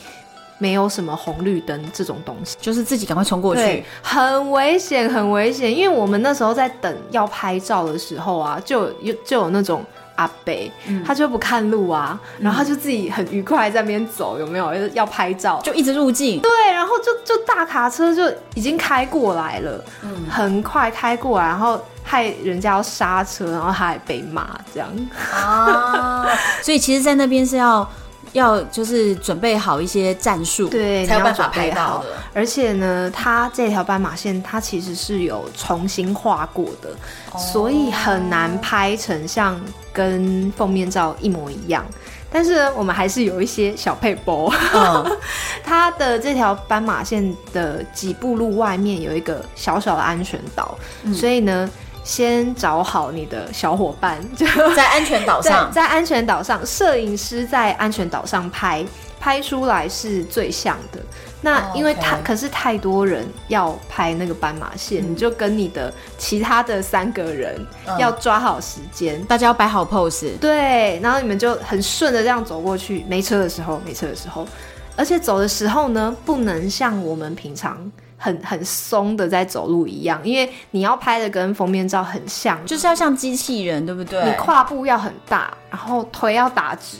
[SPEAKER 2] 没有什么红绿灯这种东西。
[SPEAKER 1] 就是自己赶快冲过
[SPEAKER 2] 对
[SPEAKER 1] 去。，
[SPEAKER 2] 很危险，很危险。因为我们那时候在等要拍照的时候啊，就有就有那种阿北，
[SPEAKER 3] 嗯
[SPEAKER 2] 他就不看路啊，然后他就自己很愉快在那边走，有没有？要要拍照，
[SPEAKER 3] 嗯
[SPEAKER 1] 就一直入境，
[SPEAKER 2] 对，然后就就大卡车就已经开过来了，
[SPEAKER 3] 嗯
[SPEAKER 2] 很快开过来，然后害人家要刹
[SPEAKER 3] 哦
[SPEAKER 2] 车，然后他还被骂这样。
[SPEAKER 1] 啊，所以其实，在那边是要要就是准备好一些战术，
[SPEAKER 2] 对，
[SPEAKER 3] 才有办法
[SPEAKER 2] 你要准备
[SPEAKER 3] 拍到
[SPEAKER 2] 好
[SPEAKER 3] 的。
[SPEAKER 2] 而且呢，它这条斑马线它其实是有重新画过的，所以很难拍成像跟封面照一模一样。但是呢，我们还是有一些小配包。
[SPEAKER 1] 嗯，
[SPEAKER 2] 它的这条斑马线的几步路外面有一个小小的安全岛，所以呢，先找好你的小伙伴，就
[SPEAKER 3] 在安全岛
[SPEAKER 2] 在
[SPEAKER 3] 上，
[SPEAKER 2] 在安全岛上，摄影师在安全岛上拍，拍出来是最像的。
[SPEAKER 3] 哦
[SPEAKER 2] 那因为
[SPEAKER 3] OK
[SPEAKER 2] 太、可是太多人要拍那个斑马线，你就跟你的其他的三个人
[SPEAKER 3] 嗯
[SPEAKER 2] 要抓好时间。
[SPEAKER 1] 大家要摆好 pose，
[SPEAKER 2] 对，然后你们就很顺的这样走过去，没车的时候，没车的时候，而且走的时候呢，不能像我们平常很很松的在走路一样，因为你要拍的跟封面照很像，
[SPEAKER 1] 就
[SPEAKER 2] 就
[SPEAKER 1] 是要像机器人，对不对？
[SPEAKER 3] 对
[SPEAKER 2] 你跨步要很大，然后腿要打直，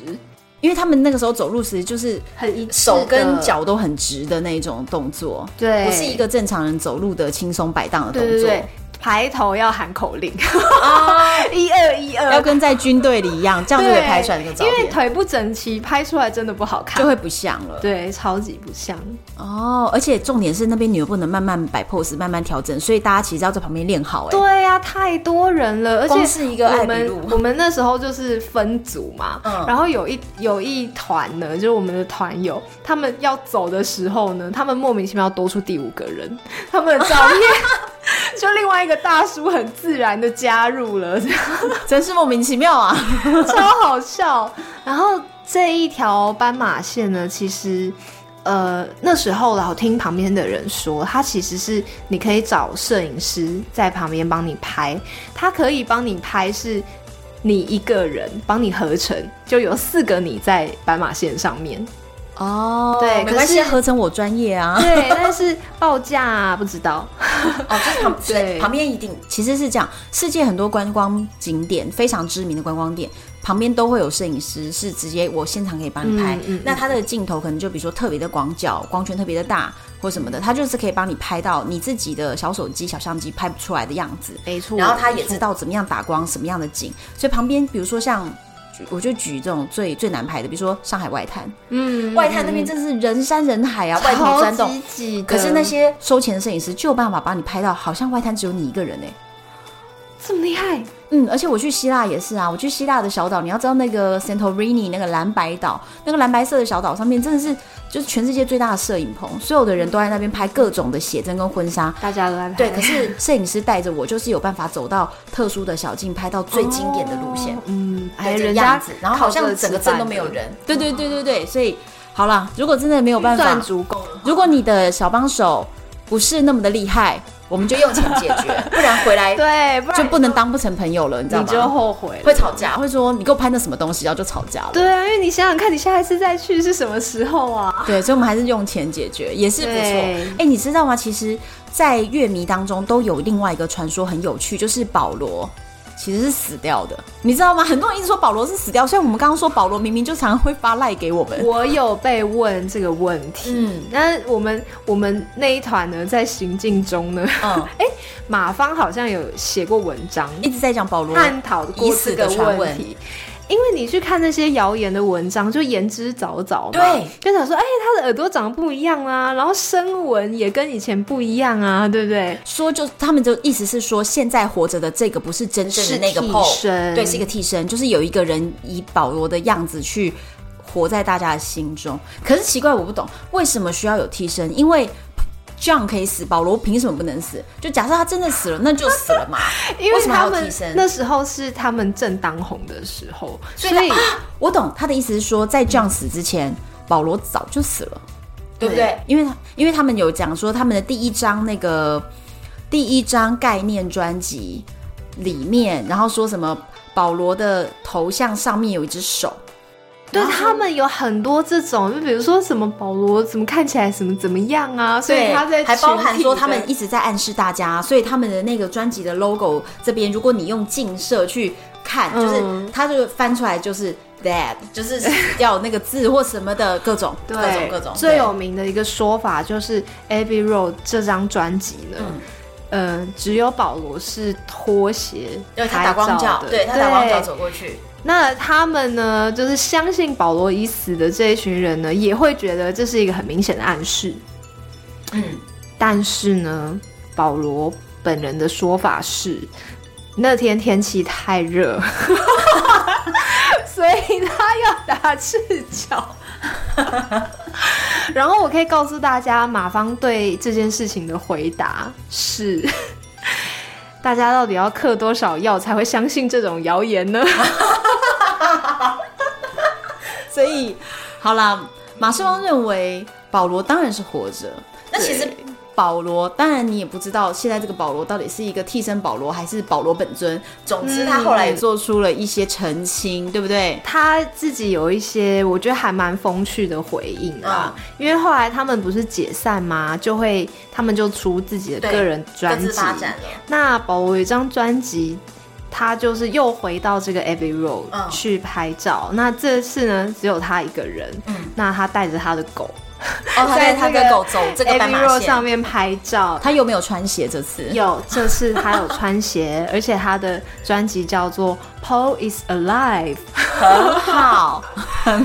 [SPEAKER 1] 因为他们那个时候走路时就是
[SPEAKER 2] 很一致的
[SPEAKER 1] 手跟，脚都很直的那种动作，
[SPEAKER 2] 对，
[SPEAKER 1] 不是一个正常人走路的轻松摆荡的动
[SPEAKER 2] 对
[SPEAKER 1] 作，啊
[SPEAKER 2] 对对，排头要喊口令， 一二一二，
[SPEAKER 1] 要跟在军队里一样，这样就可以拍出来那个照
[SPEAKER 2] 因为
[SPEAKER 1] 片，
[SPEAKER 2] 腿不整齐，拍出来真的不好看，
[SPEAKER 1] 就会不像了。
[SPEAKER 2] 对，超级不像。
[SPEAKER 1] 哦，而且重点是那边你又不能慢慢摆 pose，慢慢调整，所以大家其实要在旁边练好、哎，
[SPEAKER 2] 对呀、太多人了，而且
[SPEAKER 3] 光是一个
[SPEAKER 2] 我
[SPEAKER 3] 爱比
[SPEAKER 2] 们
[SPEAKER 3] 路
[SPEAKER 2] 我们那时候就是分组嘛，
[SPEAKER 3] 嗯
[SPEAKER 2] 然后有一有一团呢，就是我们的团友，他们要走的时候呢，他们莫名其妙多出第五个人，他们的照片 就另外一个大叔很自然的加入了，这样
[SPEAKER 1] 真是莫名其妙啊！
[SPEAKER 2] 超好笑。然后这一条斑马线呢，其实。呃，那时候老听旁边的人说，它其实是你可以找摄影师在旁边帮你拍，它可以帮你拍是你一个人帮你合成，就有四个你在斑马线上 面。
[SPEAKER 1] 哦，
[SPEAKER 2] 对
[SPEAKER 1] 没
[SPEAKER 2] 可
[SPEAKER 1] 关系，
[SPEAKER 2] 是
[SPEAKER 1] 合成我专业啊。
[SPEAKER 2] 对，但是报价、啊、不知道。
[SPEAKER 3] 哦，就是他们
[SPEAKER 2] 对
[SPEAKER 1] 旁边一定其实是这样，世界很多观光景点非常知名的观光店，旁边都会有摄影师，是直接我现场可以帮你拍。
[SPEAKER 2] 嗯嗯嗯
[SPEAKER 1] 那他的镜头可能就比如说特别的广角，光圈特别的大或什么的，他就是可以帮你拍到你自己的小手机、小相机拍不出来的样子。
[SPEAKER 2] 没错
[SPEAKER 1] 然后他也知道怎么样打光，什么样的景，所以旁边比如说像。举我就举这种最最难拍的，比如说上海外滩，
[SPEAKER 2] 嗯
[SPEAKER 1] 外滩那边真是人山人海啊，外头
[SPEAKER 2] 超
[SPEAKER 1] 山洞，
[SPEAKER 2] 级挤的，
[SPEAKER 1] 可是那些收钱的摄影师就有办法把你拍到，好像外滩只有你一个人哎、
[SPEAKER 2] 这么厉害，
[SPEAKER 1] 嗯，而且我去希腊也是啊，我去希腊的小岛，你要知道那个 Santorini 那个蓝白岛，那个蓝白色的小岛上面真的是就是全世界最大的摄影棚，所有的人都在那边拍各种的写真跟婚纱。
[SPEAKER 2] 大家都在拍。
[SPEAKER 1] 对，可是摄影师带着我，就是有办法走到特殊的小径，拍到最经典的路线。
[SPEAKER 2] 哦嗯，哎，
[SPEAKER 3] 还
[SPEAKER 2] 人
[SPEAKER 3] 人
[SPEAKER 2] 家
[SPEAKER 3] 家，然后好像整个镇都没有
[SPEAKER 2] 靠这个吃饭的
[SPEAKER 3] 人，
[SPEAKER 1] 对对对对对，所以好啦，如果真的没有办法
[SPEAKER 2] 算，足够了。
[SPEAKER 1] 如果你的小帮手不是那么的厉害，我们就用钱解决， 不然回来
[SPEAKER 2] 对，不然
[SPEAKER 1] 就不能当不成朋友了，你知道
[SPEAKER 2] 你
[SPEAKER 1] 吗？
[SPEAKER 2] 就后悔了
[SPEAKER 1] 会吵架，会说你给我拍那什么东西，然后就吵架了。
[SPEAKER 2] 对啊，因为你想想看，你下一次再去是什么时 候啊？
[SPEAKER 1] 对，所以我们还是用钱解决，也是不错。
[SPEAKER 2] 对
[SPEAKER 1] 哎、你知道吗？其实，在乐迷当中都有另外一个传说很有趣，就是保罗其实是死掉的，你知道吗？很多人一直说保罗是死掉，虽然我们刚刚说保罗明明就常常会发赖给我们。
[SPEAKER 2] 我有被问这个问题，
[SPEAKER 1] 嗯
[SPEAKER 2] 那我们我们那一团呢，在行进中呢，
[SPEAKER 1] 嗯，
[SPEAKER 2] 马方好像有写过文章，
[SPEAKER 1] 一直在讲保罗。
[SPEAKER 2] 探讨过这个
[SPEAKER 1] 疑似的传
[SPEAKER 2] 问题。因为你去看那些谣言的文章，就言之凿凿嘛，
[SPEAKER 3] 对，
[SPEAKER 2] 就想说，哎、他的耳朵长得不一样啊，然后声纹也跟以前不一样啊，对不对？
[SPEAKER 1] 说就他们就意思是说，现在活着的这个不是真正的那个
[SPEAKER 2] 是替
[SPEAKER 1] Paul，
[SPEAKER 2] 身
[SPEAKER 1] 对，是一个替身，就是有一个人以保罗的样子去活在大家的心中。可是奇怪，我不懂为什么需要有替身，因为 John 可以死，保罗凭什么不能死？就假设他真的死了，那就死了嘛。
[SPEAKER 2] 因
[SPEAKER 1] 为
[SPEAKER 2] 为
[SPEAKER 1] 什么还
[SPEAKER 2] 他
[SPEAKER 1] 有
[SPEAKER 2] 们
[SPEAKER 1] 替身
[SPEAKER 2] 那时候是他们正当红的时候，所以
[SPEAKER 1] 啊我懂他的意思是说，在 John 死之前，保罗早就死了。
[SPEAKER 3] 对不对？
[SPEAKER 1] 因为他因为他们有讲说他们的第一张那个第一张概念专辑里面，然后说什么保罗的头像上面有一只手，
[SPEAKER 2] 对他们有很多这种，就比如说什么保罗怎么看起来什么怎么样啊，所以他在
[SPEAKER 1] 还包含
[SPEAKER 2] 群体
[SPEAKER 1] 说
[SPEAKER 2] 的
[SPEAKER 1] 他们一直在暗示大家，所以他们的那个专辑的 logo 这边，如果你用近摄去看，
[SPEAKER 2] 嗯
[SPEAKER 1] 就是它就翻出来就是 dead，就是死掉那个字或什么的各种。
[SPEAKER 2] 对
[SPEAKER 3] 各种各种
[SPEAKER 2] 最有名的一个说法就是《Abbey Road》这张专辑呢。
[SPEAKER 3] 嗯
[SPEAKER 2] 呃，只有保罗是拖鞋
[SPEAKER 3] 因为他
[SPEAKER 2] 拍
[SPEAKER 3] 打光
[SPEAKER 2] 照
[SPEAKER 3] 脚，
[SPEAKER 2] 的
[SPEAKER 3] 对他打光脚走过去，
[SPEAKER 2] 那他们呢，就是相信保罗已死的这一群人呢，也会觉得这是一个很明显的暗示。
[SPEAKER 3] 嗯，
[SPEAKER 2] 但是呢，保罗本人的说法是，那天天气太热， 所以他要打赤脚。 然后我可以告诉大家，马方对这件事情的回答是：大家到底要嗑多少药才会相信这种谣言呢？
[SPEAKER 1] 所以好啦，马世芳认为保罗当然是活着。那其实保罗，当然你也不知道现在这个保罗到底是一个替身保罗还是保罗本尊。总之，他
[SPEAKER 3] 嗯
[SPEAKER 1] 后来也做出了一些澄清，对不对？
[SPEAKER 2] 他自己有一些我觉得还蛮风趣的回应
[SPEAKER 3] 嗯
[SPEAKER 2] 啊，因为后来他们不是解散吗？就会他们就出自己的
[SPEAKER 3] 对
[SPEAKER 2] 个人专
[SPEAKER 3] 各
[SPEAKER 2] 辑
[SPEAKER 3] 自，发展了。
[SPEAKER 2] 那保罗有一张专辑，他就是又回到这个 Abbey Road
[SPEAKER 3] 嗯
[SPEAKER 2] 去拍照。那这次呢，只有他一个人。
[SPEAKER 3] 嗯
[SPEAKER 2] 那他带着他的狗
[SPEAKER 3] 哦，他带他
[SPEAKER 2] 在这个
[SPEAKER 3] 的狗走这个
[SPEAKER 2] Abbey
[SPEAKER 3] 斑马
[SPEAKER 2] Road 上
[SPEAKER 3] 线，
[SPEAKER 2] 面拍照。
[SPEAKER 1] 他有没有穿鞋？这次
[SPEAKER 2] 有，这次他有 穿鞋，而且他的专辑叫做《Paul is Alive
[SPEAKER 1] 很好，》，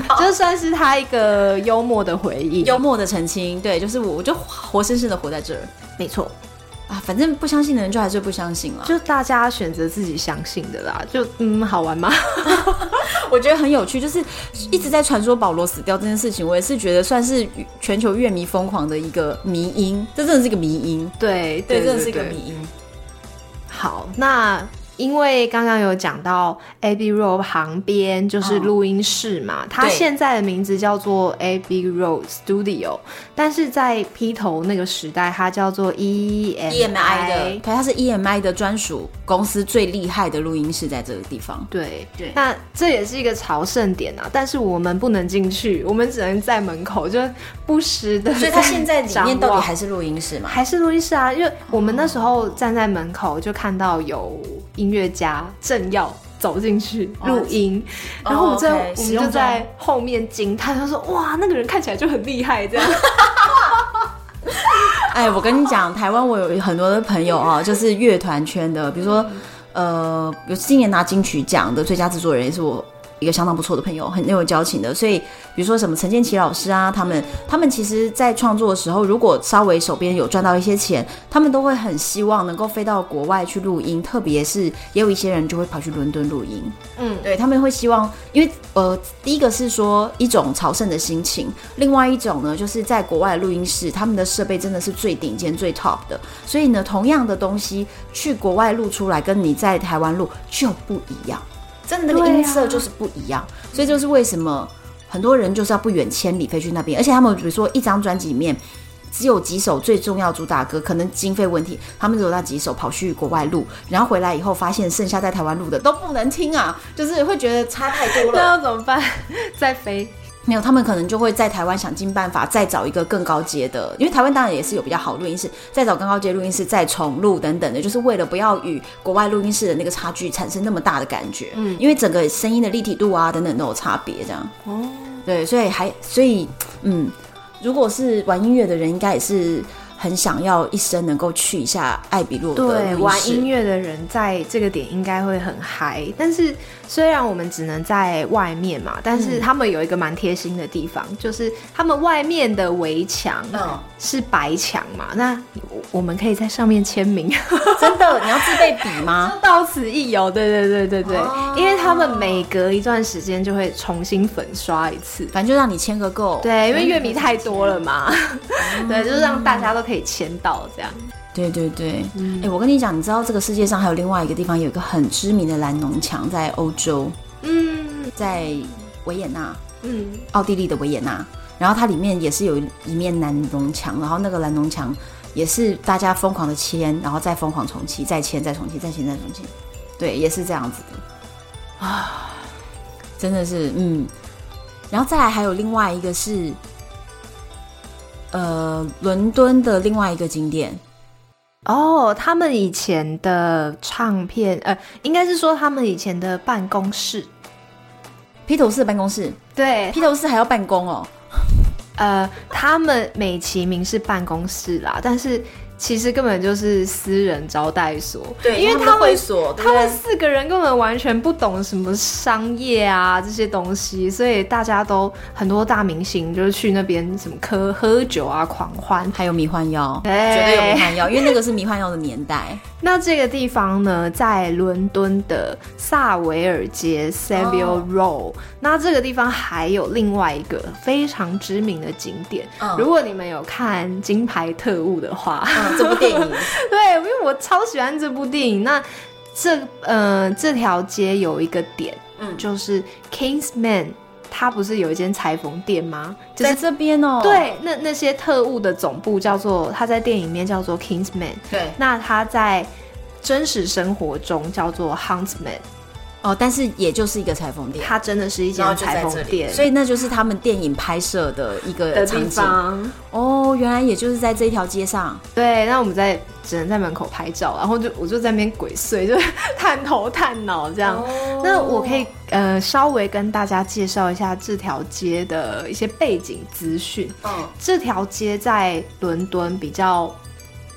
[SPEAKER 3] 哦
[SPEAKER 2] 这算是他一个幽默的回应。
[SPEAKER 1] 幽默的澄清，对，就是我，我就活生生的活在这儿
[SPEAKER 2] 没错，
[SPEAKER 1] 啊。反正不相信的人就还是不相信了。
[SPEAKER 2] 就大家选择自己相信的啦。就嗯，好玩吗？
[SPEAKER 1] 我觉得很有趣，就是一直在传说保罗死掉这件事情，我也是觉得算是全球乐迷疯狂的一个迷因，这真的是一个迷因，
[SPEAKER 2] 对对，
[SPEAKER 1] 真的是一个
[SPEAKER 2] 对
[SPEAKER 1] 迷因。
[SPEAKER 2] 好，那因为刚刚有讲到 Abbey Road 旁边就是录音室嘛，它
[SPEAKER 3] 对
[SPEAKER 2] 现在的名字叫做 Abbey Road Studio，但是在披头那个时代，它叫做 E EMI
[SPEAKER 3] EMI E 的。
[SPEAKER 1] E 对，它是 EMI 的专属公司最厉害的录音室，在这个地方。
[SPEAKER 2] 对
[SPEAKER 3] 对
[SPEAKER 2] 那这也是一个朝圣点啊，但是我们不能进去，我们只能在门口，就不时的。
[SPEAKER 3] 所以他现在里面到底还
[SPEAKER 2] 是
[SPEAKER 3] 是录音室嘛？
[SPEAKER 2] 还是录音室啊？因为我们那时候站在门口就看到有音乐家正要走进去录音，然后我们在、
[SPEAKER 3] 哦，OK，
[SPEAKER 2] 我
[SPEAKER 3] 使
[SPEAKER 2] 们
[SPEAKER 3] 用
[SPEAKER 2] 就
[SPEAKER 3] 中
[SPEAKER 2] 在后面惊叹，他说：“哇，那个人看起来就很厉害。”这样
[SPEAKER 1] 哎，我跟你讲，台湾我有很多的朋友哦，就是乐团圈的，比如说，呃，有今年拿金曲奖的最佳制作人，也是我一个相当不错的朋友，很有交情的。所以，比如说什么陈建奇老师啊，他们他们其实，在创作的时候，如果稍微手边有赚到一些钱，他们都会很希望能够飞到国外去录音，特别是也有一些人就会跑去伦敦录音。
[SPEAKER 2] 嗯，
[SPEAKER 1] 对他们会希望，因为呃，第一个是说一种朝圣的心情，另外一种呢，就是在国外的录音室，他们的设备真的是最顶尖、最 top 的，所以呢，同样的东西去国外录出来，跟你在台湾录就不一样，真的那个
[SPEAKER 2] 对啊
[SPEAKER 1] 音色就是不一样，所以就是为什么很多人就是要不远千里飞去那边，而且他们比如说一张专辑里面。只有几首最重要主打歌，可能经费问题，他们只有那几首跑去国外录，然后回来以后发现剩下在台湾录的都不能听啊，就是会觉得差太多
[SPEAKER 2] 那
[SPEAKER 1] 了。
[SPEAKER 2] 要啊怎么办？ 再飞？
[SPEAKER 1] 没有，他们可能就会在台湾想尽办法再找一个更高阶的，因为台湾当然也是有比较好的录音室，再找更高阶的录音室再重录等等的，就是为了不要与国外录音室的那个差距产生那么大的感觉，嗯，因为整个声音的立体度啊等等都有差别，这样。
[SPEAKER 2] 哦，
[SPEAKER 1] 对，所以还所以嗯，如果是玩音乐的人，应该也是很想要一生能够去一下艾比洛的
[SPEAKER 2] 对，玩音
[SPEAKER 1] 乐
[SPEAKER 2] 乐的人在这个点应该会很嗨。但是虽然我们只能在外面嘛，但是他们有一个蛮贴心的地方，就是他们外面的围墙
[SPEAKER 3] 嗯，
[SPEAKER 2] 是白墙嘛，那我我们可以在上面签名。
[SPEAKER 1] 真的，你要自备笔吗？
[SPEAKER 2] 到此一游，对对对对对，
[SPEAKER 3] 哦
[SPEAKER 2] 因为他们每隔一段时间就会重新粉刷一次。
[SPEAKER 1] 反正就让你签个够。
[SPEAKER 2] 对，因为乐迷太多了嘛， 对，就是让大家都可以签到这样。
[SPEAKER 1] 对对对，哎、我跟你讲，你知道这个世界上还有另外一个地方有一个很知名的蓝农墙，在欧洲，
[SPEAKER 2] 嗯
[SPEAKER 1] 在维也纳，
[SPEAKER 2] 嗯，
[SPEAKER 1] 奥地利的维也纳，然后它里面也是有一面蓝农墙，然后那个蓝农墙也是大家疯狂的签，然后再疯狂重启，再签再重启，再签再重启，对，也是这样子的啊，真的是嗯，然后再来还有另外一个是，呃，伦敦的另外一个景点，
[SPEAKER 2] 哦，他们以前的唱片，呃，应该是说他们以前的办公室，
[SPEAKER 1] 披头士的办公室，
[SPEAKER 2] 对，
[SPEAKER 1] 披头士还要办公哦，
[SPEAKER 2] 呃，他们美其名是办公室啦，但是其实根本就是私人招待所，
[SPEAKER 1] 对，
[SPEAKER 2] 因为
[SPEAKER 1] 他
[SPEAKER 2] 他
[SPEAKER 1] 们会
[SPEAKER 2] 们
[SPEAKER 1] 所，对
[SPEAKER 2] 他
[SPEAKER 1] 不对
[SPEAKER 2] 们四个人根本完全不懂什么商业啊这些东西，所以大家都很多大明星就是去那边什么喝喝酒啊狂欢。
[SPEAKER 1] 还有迷幻药，
[SPEAKER 2] 哎
[SPEAKER 1] 绝对有迷幻药，因为那个是迷幻药的年代。
[SPEAKER 2] 那这个地方呢，在伦敦的萨维尔街
[SPEAKER 1] 哦
[SPEAKER 2] （Savile Row）、那这个地方还有另外一个非常知名的景点，
[SPEAKER 1] 嗯
[SPEAKER 2] 如果你们有看《金牌特务》的话，
[SPEAKER 1] 嗯， 这部电影
[SPEAKER 2] 对，因为我超喜欢这部电影。那这呃这条街有一个点，
[SPEAKER 1] 嗯
[SPEAKER 2] 就是 Kingsman，它不是有一间裁缝店吗？就是
[SPEAKER 1] 在这边哦，
[SPEAKER 2] 对，那那些特务的总部叫做，它在电影里面叫做 Kingsman，
[SPEAKER 1] 对
[SPEAKER 2] 那它在真实生活中叫做 Huntsman，
[SPEAKER 1] 哦，但是也就是一个裁缝店，
[SPEAKER 2] 它真的是一
[SPEAKER 1] 然后
[SPEAKER 2] 间
[SPEAKER 1] 就在
[SPEAKER 2] 裁
[SPEAKER 1] 这
[SPEAKER 2] 缝
[SPEAKER 1] 里
[SPEAKER 2] 店
[SPEAKER 1] 所以那就是他们电影拍摄的一个
[SPEAKER 2] 的地
[SPEAKER 1] 场景。
[SPEAKER 2] 方。
[SPEAKER 1] 哦，原来也就是在这一条街上，
[SPEAKER 2] 对，那我们在只能在门口拍照，然后就我就在那边鬼祟， 就探头探脑这样。
[SPEAKER 1] 哦
[SPEAKER 2] 那我可以呃稍微跟大家介绍一下这条街的一些背景资讯。
[SPEAKER 1] 嗯，
[SPEAKER 2] 这条街在伦敦比较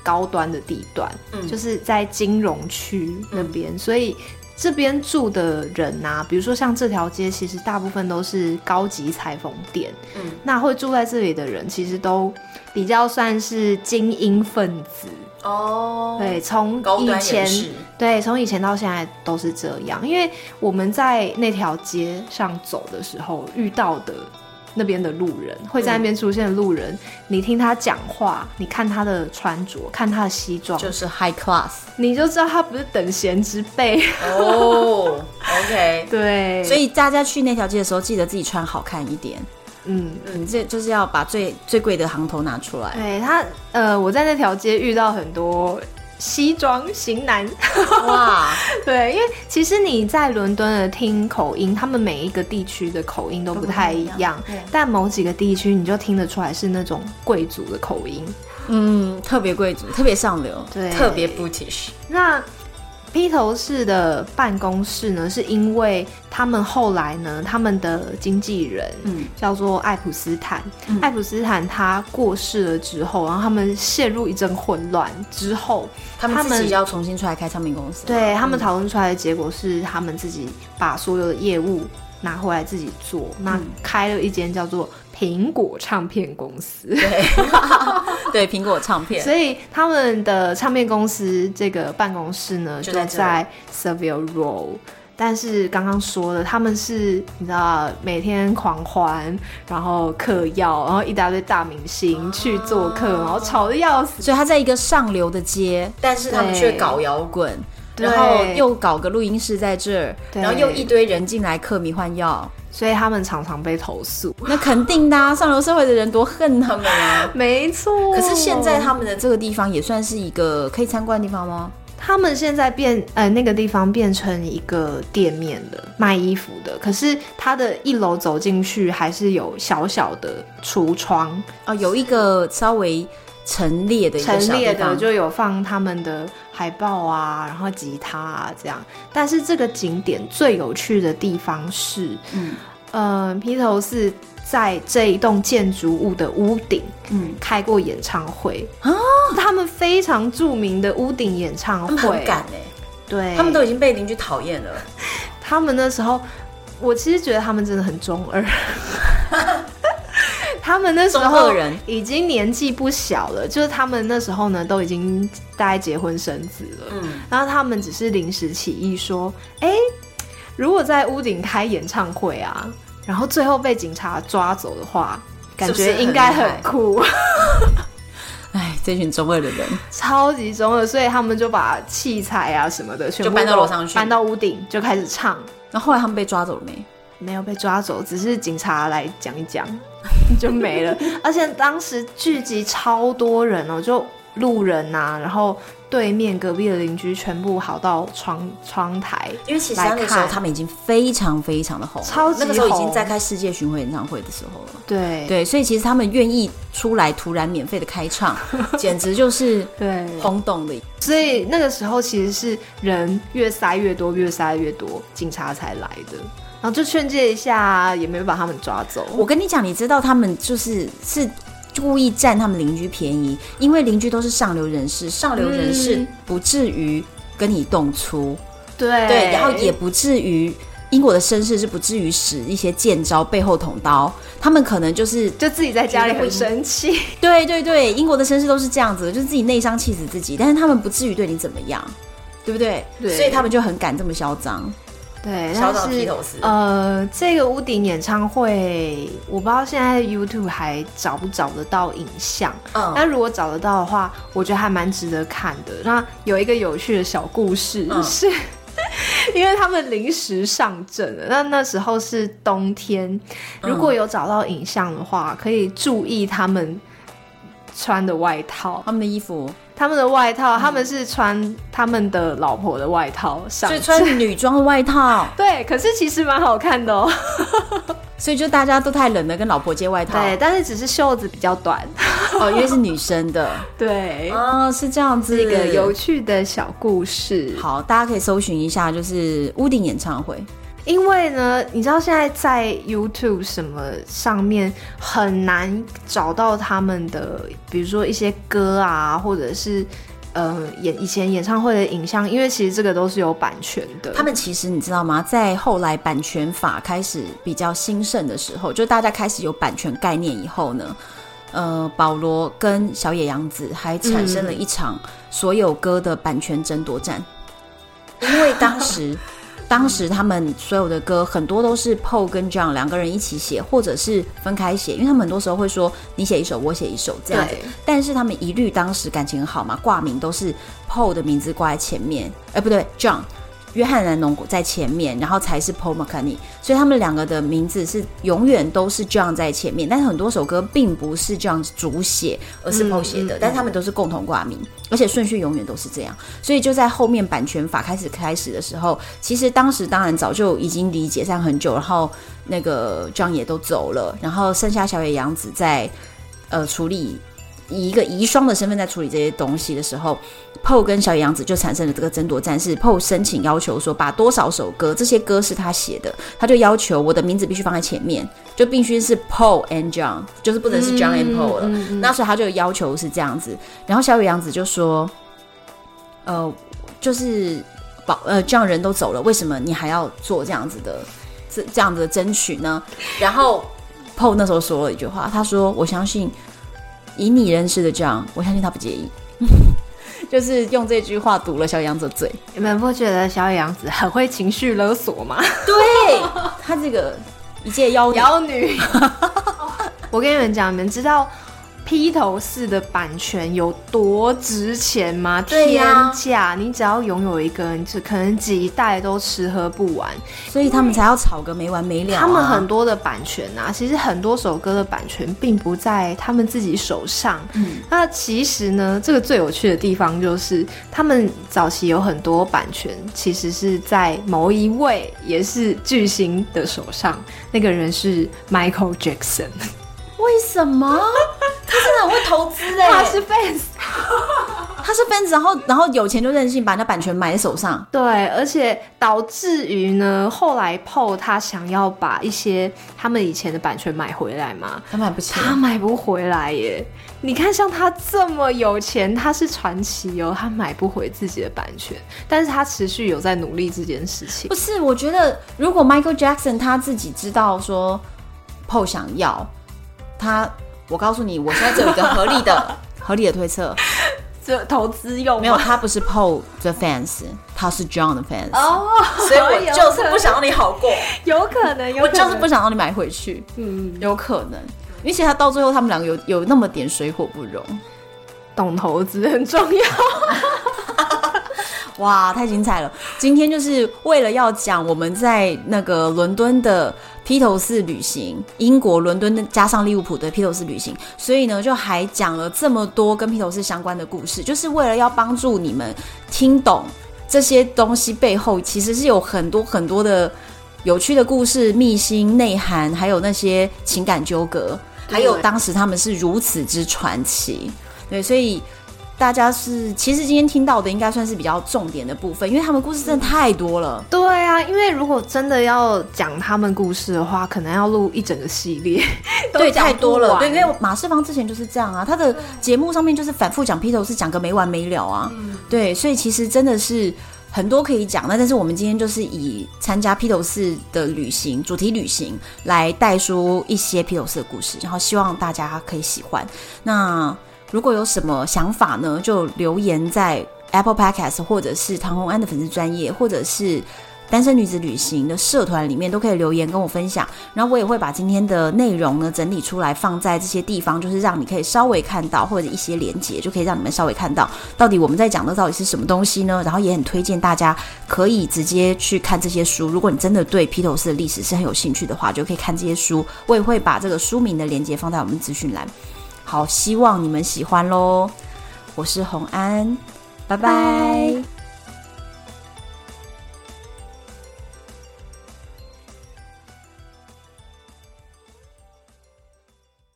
[SPEAKER 2] 高端的地段，
[SPEAKER 1] 嗯
[SPEAKER 2] 就是在金融区那边，所以这边住的人呐、比如说像这条街，其实大部分都是高级裁缝店，
[SPEAKER 1] 嗯
[SPEAKER 2] 那会住在这里的人，其实都比较算是精英分子，
[SPEAKER 1] 哦，
[SPEAKER 2] 对，从
[SPEAKER 1] 高
[SPEAKER 2] 以
[SPEAKER 1] 端
[SPEAKER 2] 前
[SPEAKER 1] 人士，
[SPEAKER 2] 对，从以前到现在都是这样，因为我们在那条街上走的时候遇到的那边的路人，会在
[SPEAKER 1] 嗯
[SPEAKER 2] 那边出现的路人，你听他讲话，你看他的穿着，看他的西装，
[SPEAKER 1] 就是 high class
[SPEAKER 2] 你就知道他不是等闲之辈。
[SPEAKER 1] 哦，OK。
[SPEAKER 2] 对，
[SPEAKER 1] 所以大家去那条街的时候，记得自己穿好看一点。
[SPEAKER 2] 嗯。
[SPEAKER 1] 嗯，这就是要把最最贵的行头拿出 来。
[SPEAKER 2] 对他，呃，我在那条街遇到很多西装型男，
[SPEAKER 1] 哇，
[SPEAKER 2] 对，因为其实你在伦敦的听口音，他们每一个地区的口音都不太一样，但某几个地区你就听得出来是那种贵族的口音。
[SPEAKER 1] 嗯，特别贵族，特别上流，
[SPEAKER 2] 对
[SPEAKER 3] 特别 British，
[SPEAKER 2] 那披头士的办公室呢，是因为他们后来呢，他们的经纪人
[SPEAKER 1] 嗯
[SPEAKER 2] 叫做爱普斯坦，爱普斯坦他过世了之后，然后他们陷入一阵混乱之后，
[SPEAKER 1] 他
[SPEAKER 2] 他
[SPEAKER 1] 们自
[SPEAKER 2] 们
[SPEAKER 1] 己要重新出来开唱片公司。
[SPEAKER 2] 对他们讨论出来的结果是，他们自己把所有的业务拿回来自己做，那开了一间叫做苹果唱片公司。
[SPEAKER 1] 对，苹果唱片。
[SPEAKER 2] 所以他们的唱片公司这个办公室呢，就
[SPEAKER 3] 就
[SPEAKER 2] 在
[SPEAKER 3] 在
[SPEAKER 2] Savile Row。但是刚刚说的，他们是你知道每天狂欢，然后嗑药，然后一大堆大明星去做客，然后吵得要死。
[SPEAKER 1] 所以他在一个上流的街，
[SPEAKER 3] 但是他们
[SPEAKER 2] 对
[SPEAKER 3] 却搞摇滚，
[SPEAKER 1] 滚，
[SPEAKER 2] 对
[SPEAKER 1] 然后又搞个录音室在这儿，
[SPEAKER 2] 对
[SPEAKER 1] 然后又一堆人进来嗑迷幻药，
[SPEAKER 2] 所以他们常常被投诉。
[SPEAKER 1] 那肯定的、啊，上流社会的人多恨他
[SPEAKER 3] 他
[SPEAKER 1] 们。
[SPEAKER 3] 们 啊，
[SPEAKER 2] 没错。
[SPEAKER 1] 可是现在他们的这个地方也算是一个可以参观的地方吗？
[SPEAKER 2] 他们现在变呃那个地方变成一个店面了，卖衣服的。可是它的一楼走进去还是有小小的橱窗，
[SPEAKER 1] 哦，有一个稍微陈列的一
[SPEAKER 2] 陈
[SPEAKER 1] 个小
[SPEAKER 2] 列
[SPEAKER 1] 地
[SPEAKER 2] 的
[SPEAKER 1] 方，
[SPEAKER 2] 就有放他们的海报啊，然后吉他啊这样。但是这个景点最有趣的地方是，
[SPEAKER 1] 嗯
[SPEAKER 2] 呃，披头士在这一栋建筑物的屋顶
[SPEAKER 1] 嗯，
[SPEAKER 2] 开过演唱会
[SPEAKER 3] 哦
[SPEAKER 2] 啊，他们非常著名的屋顶演唱
[SPEAKER 3] 他们
[SPEAKER 2] 会
[SPEAKER 3] 很，敢
[SPEAKER 1] 欸
[SPEAKER 3] 哎、
[SPEAKER 2] 对，
[SPEAKER 3] 他们都已经被邻居讨厌了，
[SPEAKER 2] 他们那时候，我其实觉得他们真的很中 二。他们那时
[SPEAKER 1] 中
[SPEAKER 2] 候
[SPEAKER 1] 二人
[SPEAKER 2] 已经年纪不小了，就是他们那时候呢都已经大概结婚生子了，
[SPEAKER 3] 嗯
[SPEAKER 2] 然后他们只是临时起意说，哎、如果在屋顶开演唱会啊，然后最后被警察抓走的话，感
[SPEAKER 3] 是不是
[SPEAKER 2] 觉
[SPEAKER 3] 很
[SPEAKER 2] 应该
[SPEAKER 3] 厉害
[SPEAKER 2] 很酷，
[SPEAKER 1] 哎，这群中二的人，
[SPEAKER 2] 超级中二，所以他们就把器材啊什么的全部
[SPEAKER 3] 就搬到
[SPEAKER 2] 都
[SPEAKER 3] 楼上去
[SPEAKER 2] 搬到屋顶就开始唱。
[SPEAKER 1] 那后来他们被抓走了没？
[SPEAKER 2] 没有被抓走，只是警察来讲一讲 就没了。而且当时聚集超多人哦，就路人呐、然后对面隔壁的邻居全部好到窗窗台，
[SPEAKER 3] 因为其实他
[SPEAKER 2] 来看
[SPEAKER 3] 那
[SPEAKER 1] 那时候他们已经非常非常的红了，
[SPEAKER 2] 超级
[SPEAKER 1] 那个时候已经
[SPEAKER 2] 红
[SPEAKER 1] 在开世界巡回演唱会的时候了。
[SPEAKER 2] 对
[SPEAKER 1] 对，所以其实他们愿意出来突然免费的开 唱，简直就是
[SPEAKER 2] 对
[SPEAKER 1] 轰动的。
[SPEAKER 2] 所以那个时候其实是人越塞越多，越塞越多，警察才来的。然后就劝诫一下，也没把他们抓走。
[SPEAKER 1] 我跟你讲，你知道他们就是是故意占他们邻居便宜，因为邻居都是上流人士，上流人士
[SPEAKER 2] 嗯
[SPEAKER 1] 不至于跟你动粗，
[SPEAKER 2] 对
[SPEAKER 1] 对，然后也不至于。英国的绅士是不至于使一些剑招、背后捅刀，他们可能就是
[SPEAKER 2] 就自己在家里很生气，
[SPEAKER 1] 对对对，英国的绅士都是这样子的，就是自己内伤气死自己，但是他们不至于对你怎么样，对不对？
[SPEAKER 2] 对
[SPEAKER 1] 所以他们就很敢这么嚣张。
[SPEAKER 2] 对，
[SPEAKER 3] 小
[SPEAKER 2] 但
[SPEAKER 3] 岛披
[SPEAKER 2] 是
[SPEAKER 3] 头士，
[SPEAKER 2] 呃，这个屋顶演唱会，我不知道现在 YouTube 还找不找得到影像。
[SPEAKER 3] 嗯
[SPEAKER 1] 呃
[SPEAKER 2] 但如果找得到的话，我觉得还蛮值得看的。那有一个有趣的小故事、
[SPEAKER 3] 嗯
[SPEAKER 2] 是。因为他们临时上阵了，那那时候是冬天，如果有找到影像的话，可以注意他们穿的外套。
[SPEAKER 1] 他们的衣服
[SPEAKER 2] 他们的外
[SPEAKER 3] 嗯
[SPEAKER 2] 套，他们是穿他们的老婆的外套上
[SPEAKER 1] 就
[SPEAKER 2] 阵，
[SPEAKER 1] 穿女装的外套，
[SPEAKER 2] 对，可是其实蛮好看的哦。
[SPEAKER 1] 所以就大家都太冷了，跟老婆借外套。
[SPEAKER 2] 对，但是只是袖子比较短。
[SPEAKER 1] 哦，因为是女生的
[SPEAKER 2] 对，
[SPEAKER 1] 哦，是这样子。
[SPEAKER 2] 这个有趣的小故事。
[SPEAKER 1] 好，大家可以搜寻一下，就是屋顶演唱会。
[SPEAKER 2] 因为呢，你知道现在在 YouTube 什么上面很难找到他们的，比如说一些歌啊，或者是呃演以前演唱会的影像，因为其实这个都是有版权的。
[SPEAKER 1] 他们其实你知道吗？在后来版权法开始比较兴盛的时候，就大家开始有版权概念以后呢，呃，保罗跟小野洋子还产生了一场所有歌的版权争夺战，因为当时。当时他们所有的歌很多都是 Paul 跟 John 两个人一起写，或者是分开写，因为他们很多时候会说你写一首，我写一首这样子
[SPEAKER 2] 对。
[SPEAKER 1] 但是他们一律当时感情很好嘛，挂名都是 Paul 的名字挂在前面，哎、不对，John 约翰南农在前面，然后才是 Paul McCartney，所以他们两个的名字是永远都是 John 在前面，但是很多首歌并不是 John 主写，而是 Paul 写的，
[SPEAKER 2] 嗯嗯
[SPEAKER 1] 但是他们都是共同挂名，而且顺序永远都是这样，所以就在后面版权法开始开始的时候，其实当时当然早就已经离解散很久，然后那个 John 也都走了，然后剩下小野洋子在呃处理以一个遗孀的身份在处理这些东西的时候，PO 跟小野洋子就产生了这个争夺战，是 PO 申请要求说把多少首歌，这些歌是他写的，他就要求我的名字必须放在前面，就必须是 PO and John，就是不能是 John and PO 了。
[SPEAKER 2] 嗯嗯
[SPEAKER 1] 那时候他就要求是这样子，然后小野洋子就说，呃，就是保呃这样人都走了，为什么你还要做这样子的这这样子的争取呢？然后 PO 那时候说了一句话，他说我相信以你认识的这样，我相信他不介意。 就是用这句话堵了小野洋子的嘴，
[SPEAKER 2] 你们不觉得小野洋子很会情绪勒索吗？
[SPEAKER 1] 对他这个一介妖女，
[SPEAKER 2] 妖女。 我跟你们讲，你们知道披头士的版权有多值钱吗？
[SPEAKER 1] 对呀
[SPEAKER 2] 天价！你只要拥有一个，你只可能几代都吃喝不完。
[SPEAKER 1] 所以他们才要吵个没完没了啊、
[SPEAKER 2] 他们很多的版权啊，其实很多首歌的版权并不在他们自己手上。嗯，那其实呢，这个最有趣的地方就是，他们早期有很多版权其实是在某一位也是巨星的手上，那个人是 Michael Jackson，
[SPEAKER 1] 为什么？ 他真的很会投资哎、
[SPEAKER 2] 他是 fans。
[SPEAKER 1] 他是分子，然后然后有钱就任性，把人家版权买在手上。
[SPEAKER 2] 对，而且导致于呢，后来 PO 他想要把一些他们以前的版权买回来嘛，
[SPEAKER 1] 他买不起
[SPEAKER 2] 他买不回来耶。你看，像他这么有钱，他是传奇哦，他买不回自己的版权，但是他持续有在努力这件事情
[SPEAKER 1] 不。是，我觉得如果 Michael Jackson 他自己知道说 PO 想要他，我告诉你，我现在只有一个合理的合理的推 测，
[SPEAKER 2] 这投资用
[SPEAKER 1] 没有，他不是 PO 的 fans，他是 John 的 fans。
[SPEAKER 2] 哦，
[SPEAKER 3] 所以我就是不想让你好过。
[SPEAKER 2] 有可 能，有
[SPEAKER 1] 我
[SPEAKER 2] 可能，
[SPEAKER 1] 就是不想让你买回去，
[SPEAKER 2] 嗯，
[SPEAKER 1] 有可能。因为其实他到最后，他们两个有有那么点水火不容。
[SPEAKER 2] 懂投资很重 要。
[SPEAKER 1] 哇，太精彩了！今天就是为了要讲我们在那个伦敦的披头士旅行，英国伦敦加上利物浦的披头士旅行，所以呢，就还讲了这么多跟披头士相关的故事，就是为了要帮助你们听懂这些东西背后其实是有很多很多的有趣的故事、秘辛、内涵，还有那些情感纠葛，还有当时他们是如此之传奇。对，所以大家是其实今天听到的应该算是比较重点的部分，因为他们故事真的太多了。
[SPEAKER 2] 对啊，因为如果真的要讲他们故事的话，可能要录一整个系列，都
[SPEAKER 1] 对，
[SPEAKER 2] 讲
[SPEAKER 1] 太
[SPEAKER 2] 不
[SPEAKER 1] 多了。
[SPEAKER 2] 完
[SPEAKER 1] 对，因为马世芳之前就是这样啊，他的节目上面就是反复讲披头士，讲个没完没了啊。
[SPEAKER 2] 嗯
[SPEAKER 1] 对，所以其实真的是很多可以讲。那但是我们今天就是以参加披头士的旅行主题旅行来带出一些披头士的故事，然后希望大家可以喜欢。那如果有什么想法呢，就留言在 Apple Podcast 或者是唐红安的粉丝专业，或者是。单身女子旅行的社团里面都可以留言跟我分享，然后我也会把今天的内容呢整理出来，放在这些地方，就是让你可以稍微看到，或者一些连接，就可以让你们稍微看到到底我们在讲的到底是什么东西呢？然后也很推荐大家可以直接去看这些书，如果你真的对披头士的历史是很有兴趣的话，就可以看这些书。我也会把这个书名的连接放在我们资讯栏。好，希望你们喜欢喽！我是红安，拜拜